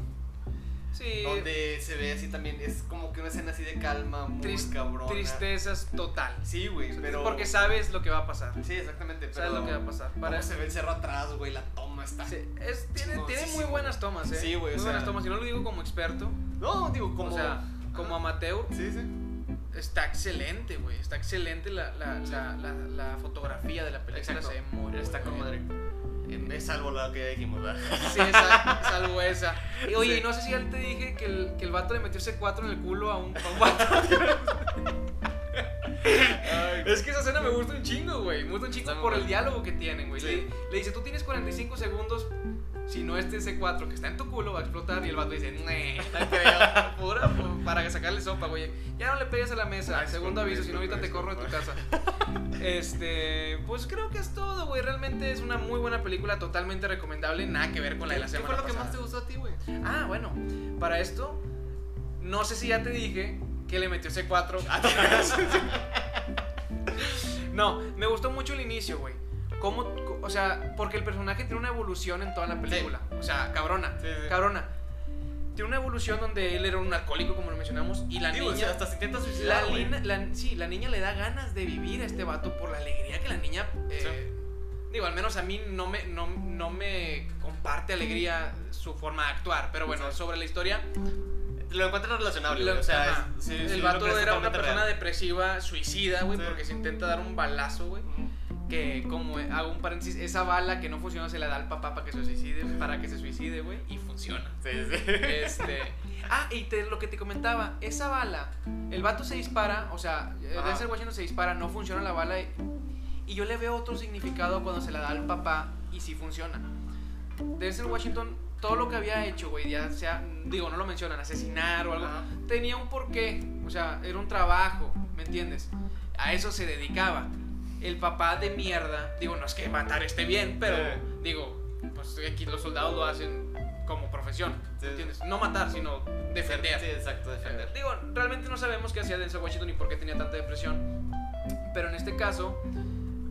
S1: Sí.
S2: Donde se ve así también, es como que una escena así de calma, muy
S1: tris-
S2: cabrona.
S1: tristezas total.
S2: Sí, güey, pero.
S1: Porque sabes lo que va a pasar.
S2: Sí, exactamente, pero.
S1: Sabes lo que va a pasar.
S2: cómo
S1: Para
S2: se ve el cerro atrás, güey, la toma está.
S1: Sí, es- tiene,
S2: No,
S1: tiene
S2: sí,
S1: muy
S2: sí.
S1: buenas tomas, eh.
S2: Sí, güey,
S1: Muy
S2: o sea-
S1: buenas tomas. Y no lo digo como experto.
S2: No, digo, como.
S1: O sea, como
S2: Ajá.
S1: amateur,
S2: Sí, sí.
S1: está excelente, güey. Está excelente la, la, la, la, la fotografía de la película.
S2: Exacto.
S1: Se ve muy,
S2: Está
S1: muy
S2: con
S1: bien.
S2: madre. Es salvo la que ya dijimos, ¿verdad?
S1: Sí, esa, salvo esa. Y oye,
S2: Sí.
S1: no sé si ya te dije que el, que el vato le metió C4 en el culo a un, a un vato.
S2: Ay,
S1: Es que esa escena me gusta un chingo, güey. Me gusta un chingo
S2: Está muy
S1: por el
S2: buena.
S1: diálogo que tienen, güey.
S2: Sí.
S1: Le, le dice, tú tienes 45 segundos. Si no este C4 que está en tu culo va a explotar y el vato dice, "Nee, no creo, pura pu- para sacarle sopa, güey. Ya no le pegues a la mesa.
S2: Ah, es
S1: Segundo
S2: como-
S1: aviso,
S2: es
S1: si no
S2: como-
S1: ahorita te
S2: es
S1: corro de
S2: como-
S1: tu casa. Este, pues creo que es todo, güey. Realmente es una muy buena película, totalmente recomendable, nada que ver con la de la
S2: ¿Qué
S1: semana
S2: fue lo que
S1: pasada.
S2: más te gustó a ti, güey?
S1: Ah, bueno, para esto, no sé si ya te dije que le metió C4 a todas. No, me gustó mucho el inicio, güey. ¿Cómo, co- o sea, porque el personaje tiene una evolución en toda la película. O sea, cabrona,
S2: Sí, sí.
S1: cabrona. Tiene una evolución donde él era un alcohólico, como lo mencionamos, y la
S2: Digo, o
S1: niña...
S2: sea, hasta se intenta
S1: La,
S2: suicidar, güey.
S1: lina- la- sí, la niña le da ganas de vivir a este vato por la alegría que la niña. eh, Digo, al menos a mí no me, no, no me comparte alegría su forma de actuar. Pero bueno,
S2: Sí.
S1: sobre la historia.
S2: Lo encuentran relacionable,
S1: la-
S2: güey, O sea,
S1: ajá,
S2: es- sí, sí,
S1: el
S2: lo
S1: vato
S2: crees
S1: era una
S2: totalmente
S1: persona
S2: real.
S1: depresiva, suicida, güey,
S2: Sí.
S1: porque se intenta dar un balazo, güey. Que, como eh, hago un paréntesis, esa bala que no funciona se la da al papá para que se suicide, para que se suicide, güey, y funciona.
S2: Sí, sí.
S1: Este. Ah, y te- lo que te comentaba, esa bala, el vato se dispara, o sea, eh,
S2: Ajá.
S1: Denzel Washington se dispara, no funciona la bala. Y, y yo le veo otro significado cuando se la da al papá y sí funciona. Denzel Washington, todo lo que había hecho, güey, ya sea, digo, no lo mencionan, asesinar o algo,
S2: Ajá.
S1: tenía un porqué, o sea, era un trabajo, ¿me entiendes? A eso se dedicaba. El papá de mierda, digo, no es que matar esté bien, pero
S2: Sí.
S1: digo, pues aquí los soldados lo hacen como profesión,
S2: Sí.
S1: ¿entiendes? No matar, sino defender.
S2: Sí, exacto, defender.
S1: Digo, realmente no sabemos qué hacía Denzel Washington y por qué tenía tanta depresión, pero en este caso,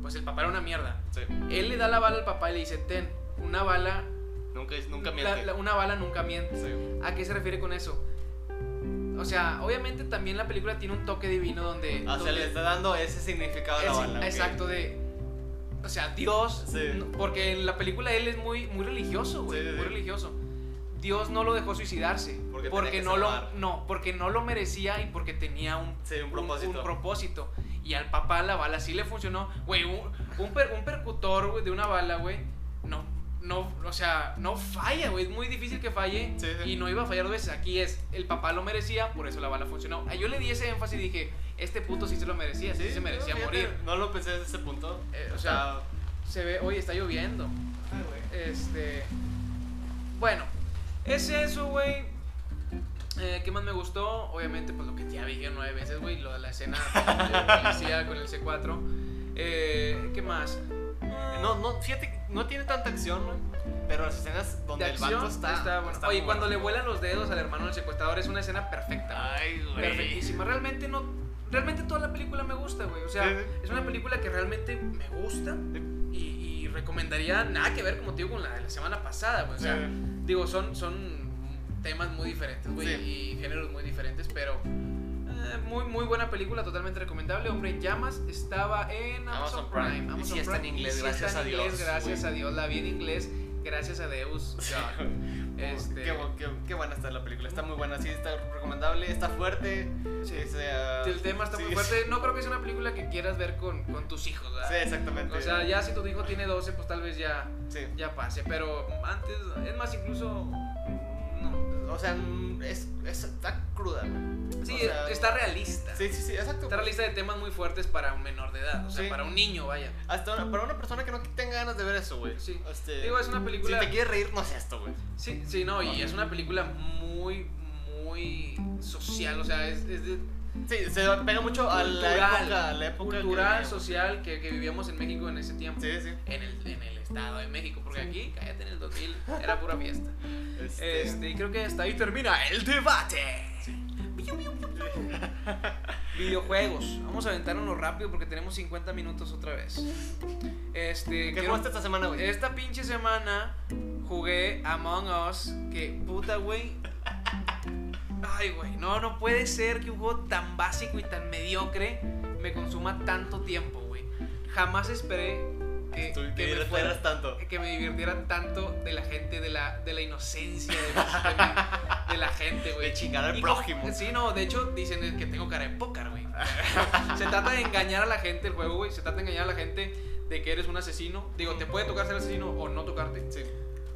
S1: pues el papá era una mierda.
S2: Sí.
S1: Él le da la bala al papá y le dice, ten, una bala,
S2: Nunca, nunca
S1: la-
S2: miente.
S1: la- una bala nunca miente.
S2: Sí, güey.
S1: ¿A qué se refiere con eso? O sea, obviamente también la película tiene un toque divino donde...
S2: O sea,
S1: donde
S2: le está dando ese significado a la
S1: es-
S2: bala. ok.
S1: exacto, de... O sea, Dios...
S2: Sí.
S1: no- Porque en la película él es muy, muy religioso, güey.
S2: Sí, sí,
S1: muy
S2: sí.
S1: religioso. Dios no lo dejó suicidarse.
S2: Porque tenía que
S1: no lo...
S2: salvar.
S1: No, porque no lo merecía y porque tenía un
S2: Sí, un
S1: un-
S2: propósito.
S1: Un, propósito. Y al papá la bala sí le funcionó. Güey, un, un, per- un percutor güey, de una bala, güey, no, no, o sea, no falla, güey. Es muy difícil que falle.
S2: Sí, sí.
S1: Y no iba a fallar dos veces. Aquí es, el papá lo merecía, por eso la bala funcionó. Ah, Yo le di ese énfasis y dije, este puto sí se lo merecía, sí, se merecía
S2: fíjate,
S1: morir.
S2: No lo pensé desde ese punto.
S1: Eh, o
S2: o
S1: sea,
S2: sea,
S1: se ve, oye, está lloviendo. Este. Bueno, es eso, güey. Eh, ¿Qué más me gustó? Obviamente, pues lo que ya dije nueve veces, güey. Lo de la escena de policía con el C4. Eh, ¿Qué más?
S2: no, no, fíjate, que no tiene tanta acción, güey. Pero las escenas donde
S1: de
S2: el banco
S1: acción
S2: está.
S1: bueno.
S2: está
S1: Oye,
S2: muy
S1: cuando le
S2: bueno.
S1: vuelan los dedos al hermano del secuestrador es una escena perfecta.
S2: Ay, güey.
S1: güey. perfectísima. Realmente no. Realmente toda la película me gusta, güey. O sea,
S2: Sí, sí.
S1: es una película que realmente me gusta.
S2: Sí.
S1: Y, y recomendaría nada que ver, como te digo, con la de la semana pasada, güey. O sea,
S2: Sí.
S1: Digo, son, son temas muy diferentes, güey,
S2: Sí.
S1: y géneros muy diferentes, pero eh, muy, muy buena película, totalmente recomendable. Hombre en Llamas estaba en Amazon,
S2: Amazon
S1: Prime.
S2: Prime. Y
S1: Amazon
S2: sí está en
S1: Prime,
S2: inglés,
S1: y sí
S2: gracias
S1: está en
S2: a
S1: inglés,
S2: Dios,
S1: gracias
S2: güey.
S1: a Dios, la vi en inglés, gracias a Deus. God. Este-
S2: Qué, bu- qué- qué buena está la película, está muy buena, sí, está recomendable, está fuerte.
S1: Sí.
S2: o sea,
S1: El tema está muy
S2: sí.
S1: fuerte. No creo que sea una película que quieras ver con, con tus hijos, ¿verdad?
S2: Sí, exactamente.
S1: O sea, ya si tu hijo tiene 12, pues tal vez ya,
S2: sí.
S1: ya pase. Pero antes, es más, incluso. No.
S2: No, o sea, mm, es, es- está cruda. güey.
S1: Sí,
S2: O sea,
S1: está realista.
S2: Sí, sí, sí, exacto.
S1: Está realista de temas muy fuertes para un menor de edad, o sea,
S2: Sí.
S1: para un niño, vaya.
S2: Hasta una- para una persona que no tenga ganas de ver eso, güey.
S1: Sí.
S2: Este,
S1: Digo, es una película.
S2: Si te quieres reír, no es esto, güey.
S1: Sí, sí, no, y es una película muy, muy social, o sea, es, es de-
S2: Sí, se pega mucho a la
S1: Cultural.
S2: época, a la época que
S1: cultural,
S2: vivíamos.
S1: social que, que vivíamos en México en ese tiempo.
S2: Sí, sí.
S1: En el, en el Estado de México, porque aquí, cállate, en el 2000 era pura fiesta.
S2: Este,
S1: Este, y creo que hasta ahí termina el debate. Videojuegos. Vamos a aventarnos rápido porque tenemos 50 minutos otra vez. Este,
S2: ¿Qué
S1: quiero-
S2: jugaste esta semana, güey?
S1: Esta pinche semana jugué Among Us, que puta, güey. Ay, güey, no, no puede ser que un juego tan básico y tan mediocre me consuma tanto tiempo, güey. Jamás esperé que,
S2: Tú
S1: que
S2: que
S1: me
S2: te
S1: fuera-
S2: fueras tanto.
S1: que me divirtiera tanto de la gente, de la, de la inocencia de, de- de la gente, güey.
S2: De chingar al
S1: Y como-
S2: prójimo.
S1: sí, no, de hecho dicen es que tengo cara de pócar, güey. Se trata de engañar a la gente el juego, güey. Se trata de engañar a la gente de que eres un asesino. Digo, te puede tocar ser asesino o no tocarte.
S2: Sí.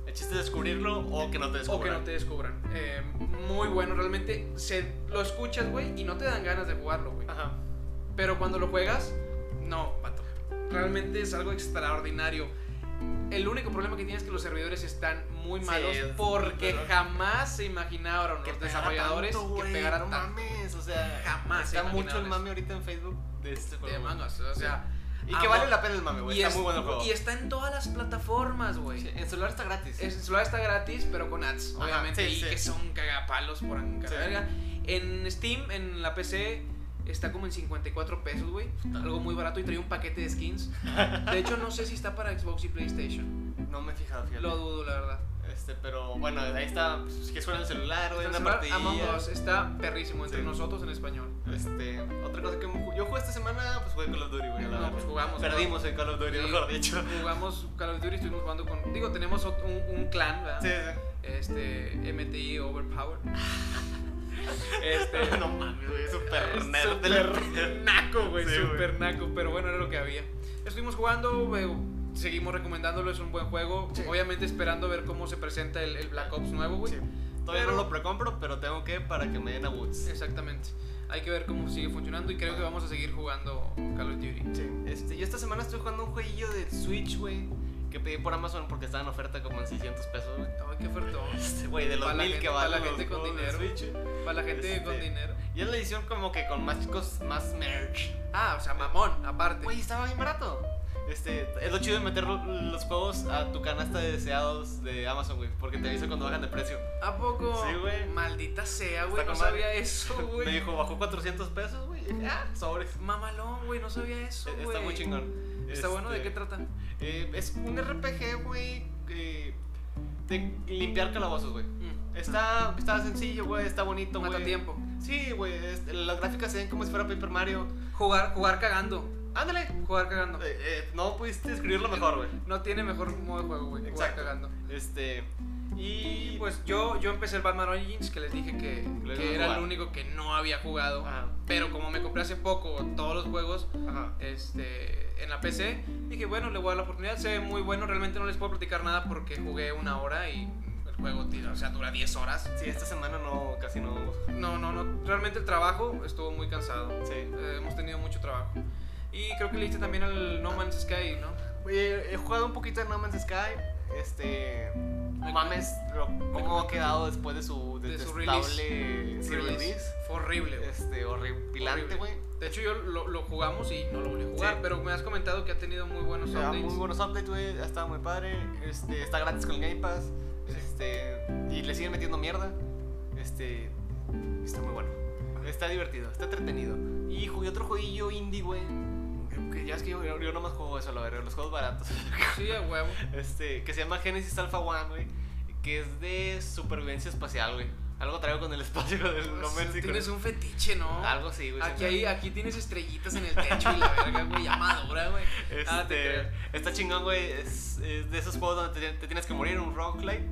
S2: El chiste es descubrirlo o que no
S1: O
S2: te
S1: que
S2: descubran.
S1: no te descubran. Eh, muy bueno, realmente se, lo escuchas, güey, y no te dan ganas de jugarlo, güey.
S2: Ajá.
S1: Pero cuando lo juegas, No, vato. Realmente es algo extraordinario. El único problema que tiene es que los servidores están muy
S2: Sí,
S1: malos
S2: es-
S1: porque
S2: pero-
S1: jamás se imaginaron los
S2: pegara
S1: desarrolladores
S2: tanto,
S1: que
S2: güey,
S1: pegaran
S2: no
S1: tanto
S2: mames, o sea,
S1: Jamás
S2: Está
S1: se
S2: mucho
S1: imaginaron
S2: el mame ahorita en Facebook de este
S1: de
S2: juego.
S1: mangas. O sea,
S2: y
S1: amo.
S2: que vale la pena el mame, güey.
S1: Ah, y,
S2: Está
S1: es-
S2: muy bueno el juego.
S1: y está en todas las plataformas, güey.
S2: Sí, En celular está gratis.
S1: El celular está gratis, pero con ads,
S2: Ajá,
S1: obviamente.
S2: sí,
S1: y
S2: sí.
S1: que son cagapalos por acá,
S2: Sí.
S1: verga. En Steam, en la PC, está como en 54 pesos, güey.
S2: Puta.
S1: Algo muy barato y trae un paquete de skins. De hecho, no sé si está para Xbox y PlayStation.
S2: No me he fijado, fíjate.
S1: Lo dudo, la verdad.
S2: Este, pero bueno, ahí está. pues, que suena el celular, güey,
S1: El
S2: una
S1: celular
S2: partida.
S1: Among Us está perrísimo entre
S2: Sí.
S1: nosotros en español.
S2: Este, otra cosa que mu- yo jugué esta semana, pues jugué Call of Duty, güey. la
S1: No,
S2: verdad.
S1: pues, jugamos,
S2: Perdimos el Call of Duty,
S1: Sí.
S2: mejor dicho.
S1: Jugamos Call of Duty, estuvimos jugando con. Digo, tenemos ot- un, un clan, ¿verdad?
S2: Sí, sí.
S1: Este, MTI Overpower. este.
S2: No mames, güey, super
S1: Es
S2: nerd.
S1: súper naco, güey,
S2: Sí, güey.
S1: súper naco, pero bueno, era lo que había. Estuvimos jugando, güey, seguimos recomendándolo, es un buen juego.
S2: Sí.
S1: Obviamente esperando ver cómo se presenta el, el Black Ops nuevo, güey.
S2: Sí. Todavía
S1: Pero-
S2: no lo precompro, pero tengo que para que me den a Woods.
S1: Exactamente. Hay que ver cómo sigue funcionando y creo que vamos a seguir jugando Call of Duty.
S2: Sí, este, yo esta semana estoy jugando un jueguillo de Switch, güey, que pedí por Amazon porque estaba en oferta como en 600 pesos, güey.
S1: Ay, qué ofertón.
S2: Este, güey, de los
S1: Pa' la
S2: mil
S1: gente-
S2: que
S1: pa'
S2: valen
S1: la
S2: los
S1: gente con
S2: juegos de
S1: dinero.
S2: Switch.
S1: Para la gente
S2: Este.
S1: con dinero.
S2: Y es la edición como que con más chicos, más merch.
S1: Ah, o sea, mamón, aparte.
S2: Güey, estaba bien barato. Este, es lo chido de meter lo- los juegos a tu canasta de deseados de Amazon, güey, porque te avisa cuando bajan de precio.
S1: ¿A poco?
S2: Sí, güey.
S1: Maldita sea, güey.
S2: Está
S1: No
S2: con madre.
S1: sabía eso,
S2: Me
S1: güey.
S2: dijo, bajó 400 pesos, güey. Y dije, Ah, sobres.
S1: Mamalón, güey, no sabía eso,
S2: Eh,
S1: güey.
S2: Está muy chingón.
S1: Está bueno, ¿de
S2: Este,
S1: qué trata?
S2: Eh, es un RPG, güey, eh, de limpiar calabozos, güey.
S1: Mm.
S2: Está, está sencillo, güey, está bonito, güey.
S1: Mata tiempo.
S2: Sí, güey, es- las gráficas se ven como si fuera Paper Mario.
S1: Jugar, jugar cagando.
S2: Ándale.
S1: Jugar cagando.
S2: Eh, eh, no pudiste describirlo mejor, güey.
S1: No tiene mejor modo de juego, güey. Jugar
S2: Exacto.
S1: cagando.
S2: Este, y...
S1: Y pues yo, yo empecé el Batman Origins, que les dije que,
S2: Lo
S1: que
S2: iba
S1: era el
S2: a jugar. Ah.
S1: único que no había jugado.
S2: Ajá,
S1: Pero como me compré hace poco todos los juegos
S2: ajá.
S1: este, en la PC, dije, bueno, le voy a dar la oportunidad. Se ve muy bueno. Realmente no les puedo platicar nada porque jugué una hora y el juego tira, o sea, dura 10 horas.
S2: Sí, esta semana no, casi no...
S1: No, no, no. Realmente el trabajo estuvo muy cansado.
S2: Sí.
S1: Eh, hemos tenido mucho trabajo. Y creo que le diste también al No Man's Sky, ¿no?
S2: Oye, he jugado un poquito de No Man's Sky, este... No mames, lo- cómo ha quedado después de su
S1: De su
S2: detestable-
S1: release.
S2: sí, release.
S1: Fue horrible, güey.
S2: Este, horripilante,
S1: Horrible.
S2: güey.
S1: De hecho, yo lo, lo jugamos y no lo volví a jugar,
S2: Sí.
S1: pero me has comentado que ha tenido muy buenos
S2: O sea,
S1: updates.
S2: muy buenos updates, güey. Ha estado muy padre. Este, está gratis con el Game Pass. Este, y le siguen metiendo mierda. Este, está muy bueno. Está divertido, está entretenido. Y jugué otro jueguillo indie, güey. Que ya es que yo, yo, yo nomás juego eso, la verdad, los juegos baratos.
S1: Sí, a huevo.
S2: Este, que se llama Genesis Alpha One, güey. Que es de supervivencia espacial, güey. Algo traigo con el espacio del No Man's Sky.
S1: Ah, Pues, tienes un fetiche, ¿no?
S2: Algo así, güey.
S1: Aquí,
S2: siempre.
S1: hay, aquí tienes estrellitas en el techo y la verga, güey, llamadora, güey. Ah, te
S2: Este,
S1: creo.
S2: está chingón, güey. Es, es de esos juegos donde te, te tienes que morir, un roguelike.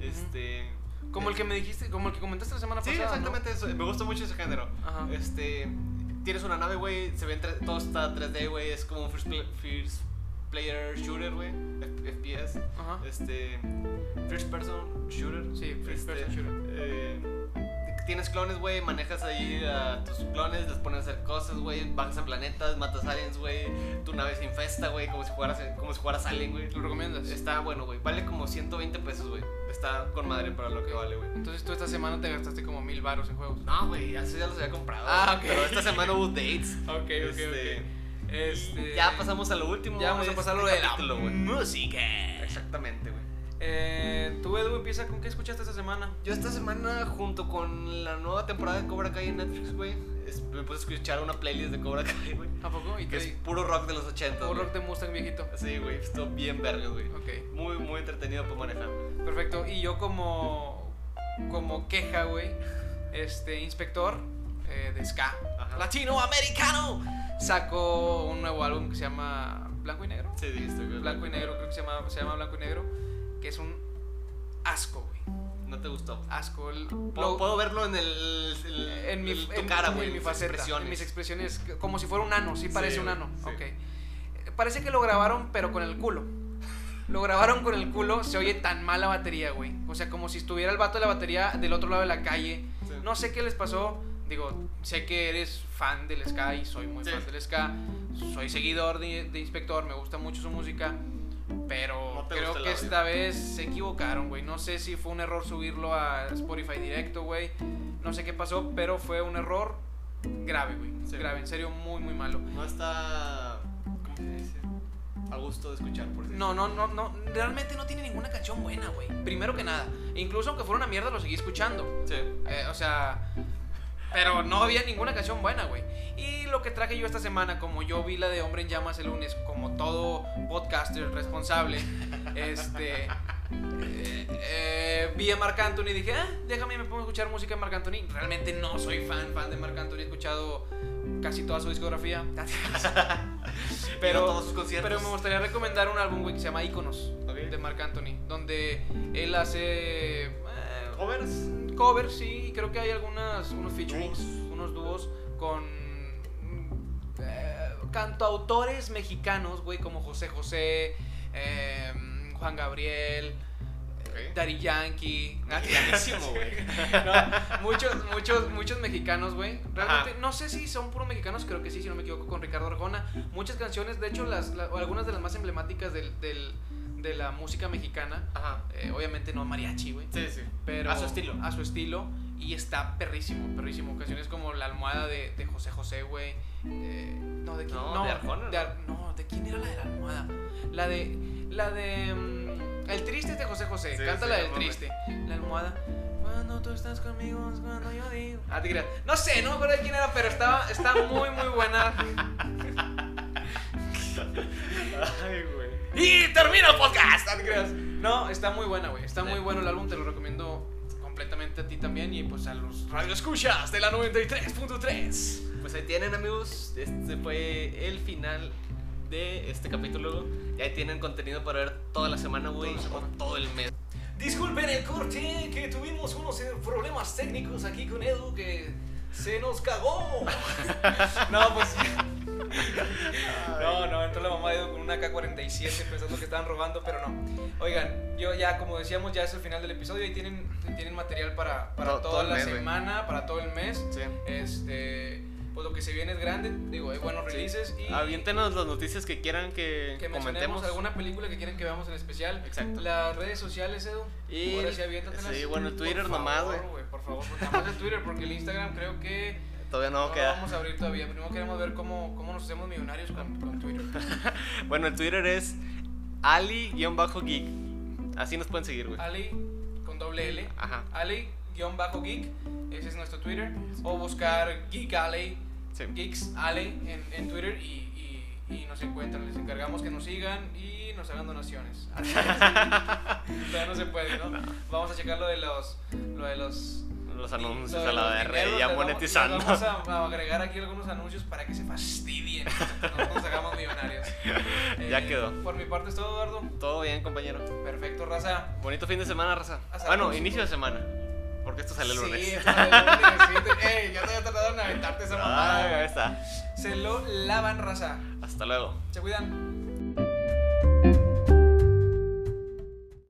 S2: Este.
S1: Como el que me dijiste, como el que comentaste la semana
S2: Sí,
S1: pasada. ¿no?
S2: exactamente eso. Me gusta mucho ese género.
S1: Ajá.
S2: Este. Tienes una nave, güey. Se ve en tre- todo está 3D, güey. Es como un first, pla- first player shooter, güey. F- FPS.
S1: Ajá.
S2: Este. First person shooter.
S1: Sí, first
S2: Este,
S1: person shooter.
S2: eh, Tienes clones, güey, manejas ahí a tus clones, les pones a hacer cosas, güey, bajas a planetas, matas aliens, güey, tu nave se infesta, güey, como si jugaras, como si jugaras alien, güey.
S1: ¿Lo recomiendas?
S2: Está bueno, güey, vale como 120 pesos, güey. Está con madre para lo que vale, güey.
S1: Entonces tú esta semana te gastaste como mil baros en juegos.
S2: No, güey, eso ya los había comprado.
S1: Ah,
S2: güey,
S1: ok.
S2: Pero esta semana hubo dates.
S1: Ok, ok,
S2: Este,
S1: ok.
S2: y
S1: Este,
S2: Ya pasamos a lo último.
S1: Ya vamos a
S2: de
S1: pasar a lo
S2: este
S1: de la
S2: capítulo, güey.
S1: música.
S2: Exactamente, güey.
S1: Eh, tú, Edu, empieza con qué escuchaste esta semana.
S2: Yo esta semana, junto con la nueva temporada de Cobra Kai en Netflix, güey, es- me puse a escuchar una playlist de Cobra Kai, güey.
S1: ¿A poco? ¿Y
S2: Que es
S1: qué?
S2: puro rock de los 80.
S1: Puro rock de Mustang viejito.
S2: Sí, güey, estuvo bien verga, güey.
S1: Ok,
S2: Muy, muy entretenido por manejar.
S1: perfecto. Y yo como, como queja, güey, este inspector eh, de ska
S2: Ajá.
S1: latinoamericano sacó un nuevo álbum que se llama Blanco y Negro.
S2: Sí, dijiste, güey.
S1: Blanco y Negro, creo que se llama, se llama Blanco y Negro, que es un asco, güey.
S2: No te gustó.
S1: Asco. El-
S2: Puedo,
S1: lo-
S2: puedo verlo en el. el-
S1: en mi,
S2: el- tu
S1: en-
S2: cara,
S1: en
S2: güey.
S1: mi
S2: tus
S1: faceta,
S2: expresiones.
S1: en mis expresiones, que- como si fuera un ano, sí parece un
S2: güey,
S1: ano.
S2: sí.
S1: ok. Eh, Parece que lo grabaron, pero con el culo. Lo grabaron con el culo, se oye tan mal la batería, güey. O sea, como si estuviera el vato de la batería del otro lado de la calle.
S2: Sí.
S1: No sé qué les pasó, digo, sé que eres fan del ska y soy muy
S2: Sí.
S1: fan del ska, soy seguidor de, de Inspector, me gusta mucho su música, pero
S2: No te
S1: creo
S2: gusta el
S1: que
S2: audio.
S1: esta vez se equivocaron, güey. No sé si fue un error subirlo a Spotify directo, güey. No sé qué pasó, pero fue un error grave, güey.
S2: Sí.
S1: Grave, en serio, muy, muy malo.
S2: No está. ¿Cómo se dice? A gusto de escuchar, por decirlo.
S1: No, no, no, no, realmente no tiene ninguna canción buena, güey. Primero que nada, incluso aunque fuera una mierda, lo seguí escuchando.
S2: Sí.
S1: Eh, o sea, pero no había ninguna canción buena, güey. Y lo que traje yo esta semana, como yo vi la de Hombre en Llamas el lunes, como todo podcaster responsable, este. eh, eh, vi a Marc Anthony y dije, ah, déjame, me pongo a escuchar música de Marc Anthony. Realmente no soy fan, fan de Marc Anthony, he escuchado casi toda su discografía.
S2: Pero.
S1: pero.
S2: todos sus conciertos.
S1: Pero me gustaría recomendar un álbum, güey, que se llama Iconos,
S2: Ok.
S1: de Marc Anthony, donde él hace. eh,
S2: Covers.
S1: covers, sí, y creo que hay algunas, unos featurings,
S2: Dúos.
S1: unos dúos con mm, eh, cantautores mexicanos, güey, como José José, eh, Juan Gabriel,
S2: Ok.
S1: Daddy Yankee.
S2: Clarísimo, güey.
S1: No, muchos, muchos, muchos mexicanos, güey. Realmente,
S2: Ajá.
S1: no sé si son puros mexicanos, creo que sí, si no me equivoco, con Ricardo Arjona. Muchas canciones, de hecho, las, la- o algunas de las más emblemáticas del- del- de la música mexicana.
S2: Ajá.
S1: eh, obviamente no mariachi, güey
S2: Sí, sí.
S1: pero
S2: A su estilo.
S1: a su estilo y está perrísimo perrísimo canciones como la almohada de, de José José güey eh, no de quién
S2: No, de Arjona,
S1: de
S2: ¿no?
S1: Ar- no, ¿de quién era la de la almohada la de la de mm, el triste es de José José
S2: Sí,
S1: canta
S2: sí,
S1: la
S2: no
S1: del
S2: mames.
S1: triste la almohada cuando tú estás conmigo es cuando yo digo ah te creas no sé no me acuerdo de quién era pero estaba está muy muy buena
S2: Ay, güey.
S1: y termina el podcast
S2: ah,
S1: no te creas. no está muy buena güey está muy bueno el álbum te lo recomiendo completamente a ti también y pues a los radioescuchas de la 93.3
S2: Pues ahí tienen, amigos. Este fue el final de este capítulo. Y ahí tienen contenido para ver toda la semana, güey.
S1: Toda la semana.
S2: O todo el mes.
S1: Disculpen el corte, que tuvimos unos eh, problemas técnicos aquí con Edu que se nos cagó. no, pues. No, no, entró la mamá de Edu con una K-47 pensando que estaban robando, pero no. Oigan, yo ya, como decíamos, ya es el final del episodio y tienen, tienen material para, para
S2: Todo-
S1: toda
S2: todo el
S1: la
S2: mes, güey.
S1: semana, para todo el mes.
S2: Sí.
S1: Este. Pues lo que se viene es grande, digo, hay buenos
S2: Sí.
S1: releases y.
S2: Aviéntenos las noticias que quieran que,
S1: Que mencionemos
S2: comentemos.
S1: alguna película que quieran que veamos en especial.
S2: Exacto.
S1: Las redes sociales, Edu.
S2: Y-
S1: Ahora sí, aviéntatelas.
S2: sí, bueno, el
S1: Por
S2: Twitter
S1: favor,
S2: nomás, güey.
S1: Por favor, porque nomás el Twitter, porque el Instagram creo que
S2: Todavía no,
S1: no lo
S2: queda.
S1: vamos a abrir todavía. Primero queremos ver cómo, cómo nos hacemos millonarios con, con Twitter.
S2: Bueno, el Twitter es ali-geek. Así nos pueden seguir, güey.
S1: Ali, con doble L.
S2: Ajá,
S1: Ali-geek, ese es nuestro Twitter. O buscar Geek Alley,
S2: sí.
S1: Geeks Alley en, en Twitter y, y- y nos encuentran. Les encargamos que nos sigan y nos hagan donaciones. Todavía no se puede, ¿no? Vamos a checar lo de los. Lo de los
S2: Los
S1: Lo de
S2: anuncios
S1: los
S2: a la
S1: dineros,
S2: verga, ya
S1: les vamos-
S2: monetizando.
S1: les Vamos a, a agregar aquí algunos anuncios para que se fastidien. No nos hagamos millonarios. Eh,
S2: Ya quedó.
S1: Por mi parte es todo, Eduardo.
S2: Todo bien, compañero.
S1: Perfecto, raza.
S2: Bonito fin de semana, raza.
S1: Hasta
S2: bueno,
S1: luego.
S2: inicio de semana. Porque esto sale el lunes.
S1: Sí, esto sale el lunes. Sí, te- Ey, ya te había tardado en aventarte esa
S2: Ah,
S1: mamada.
S2: ahí
S1: güey.
S2: está.
S1: Se lo lavan, raza.
S2: Hasta luego.
S1: Se cuidan.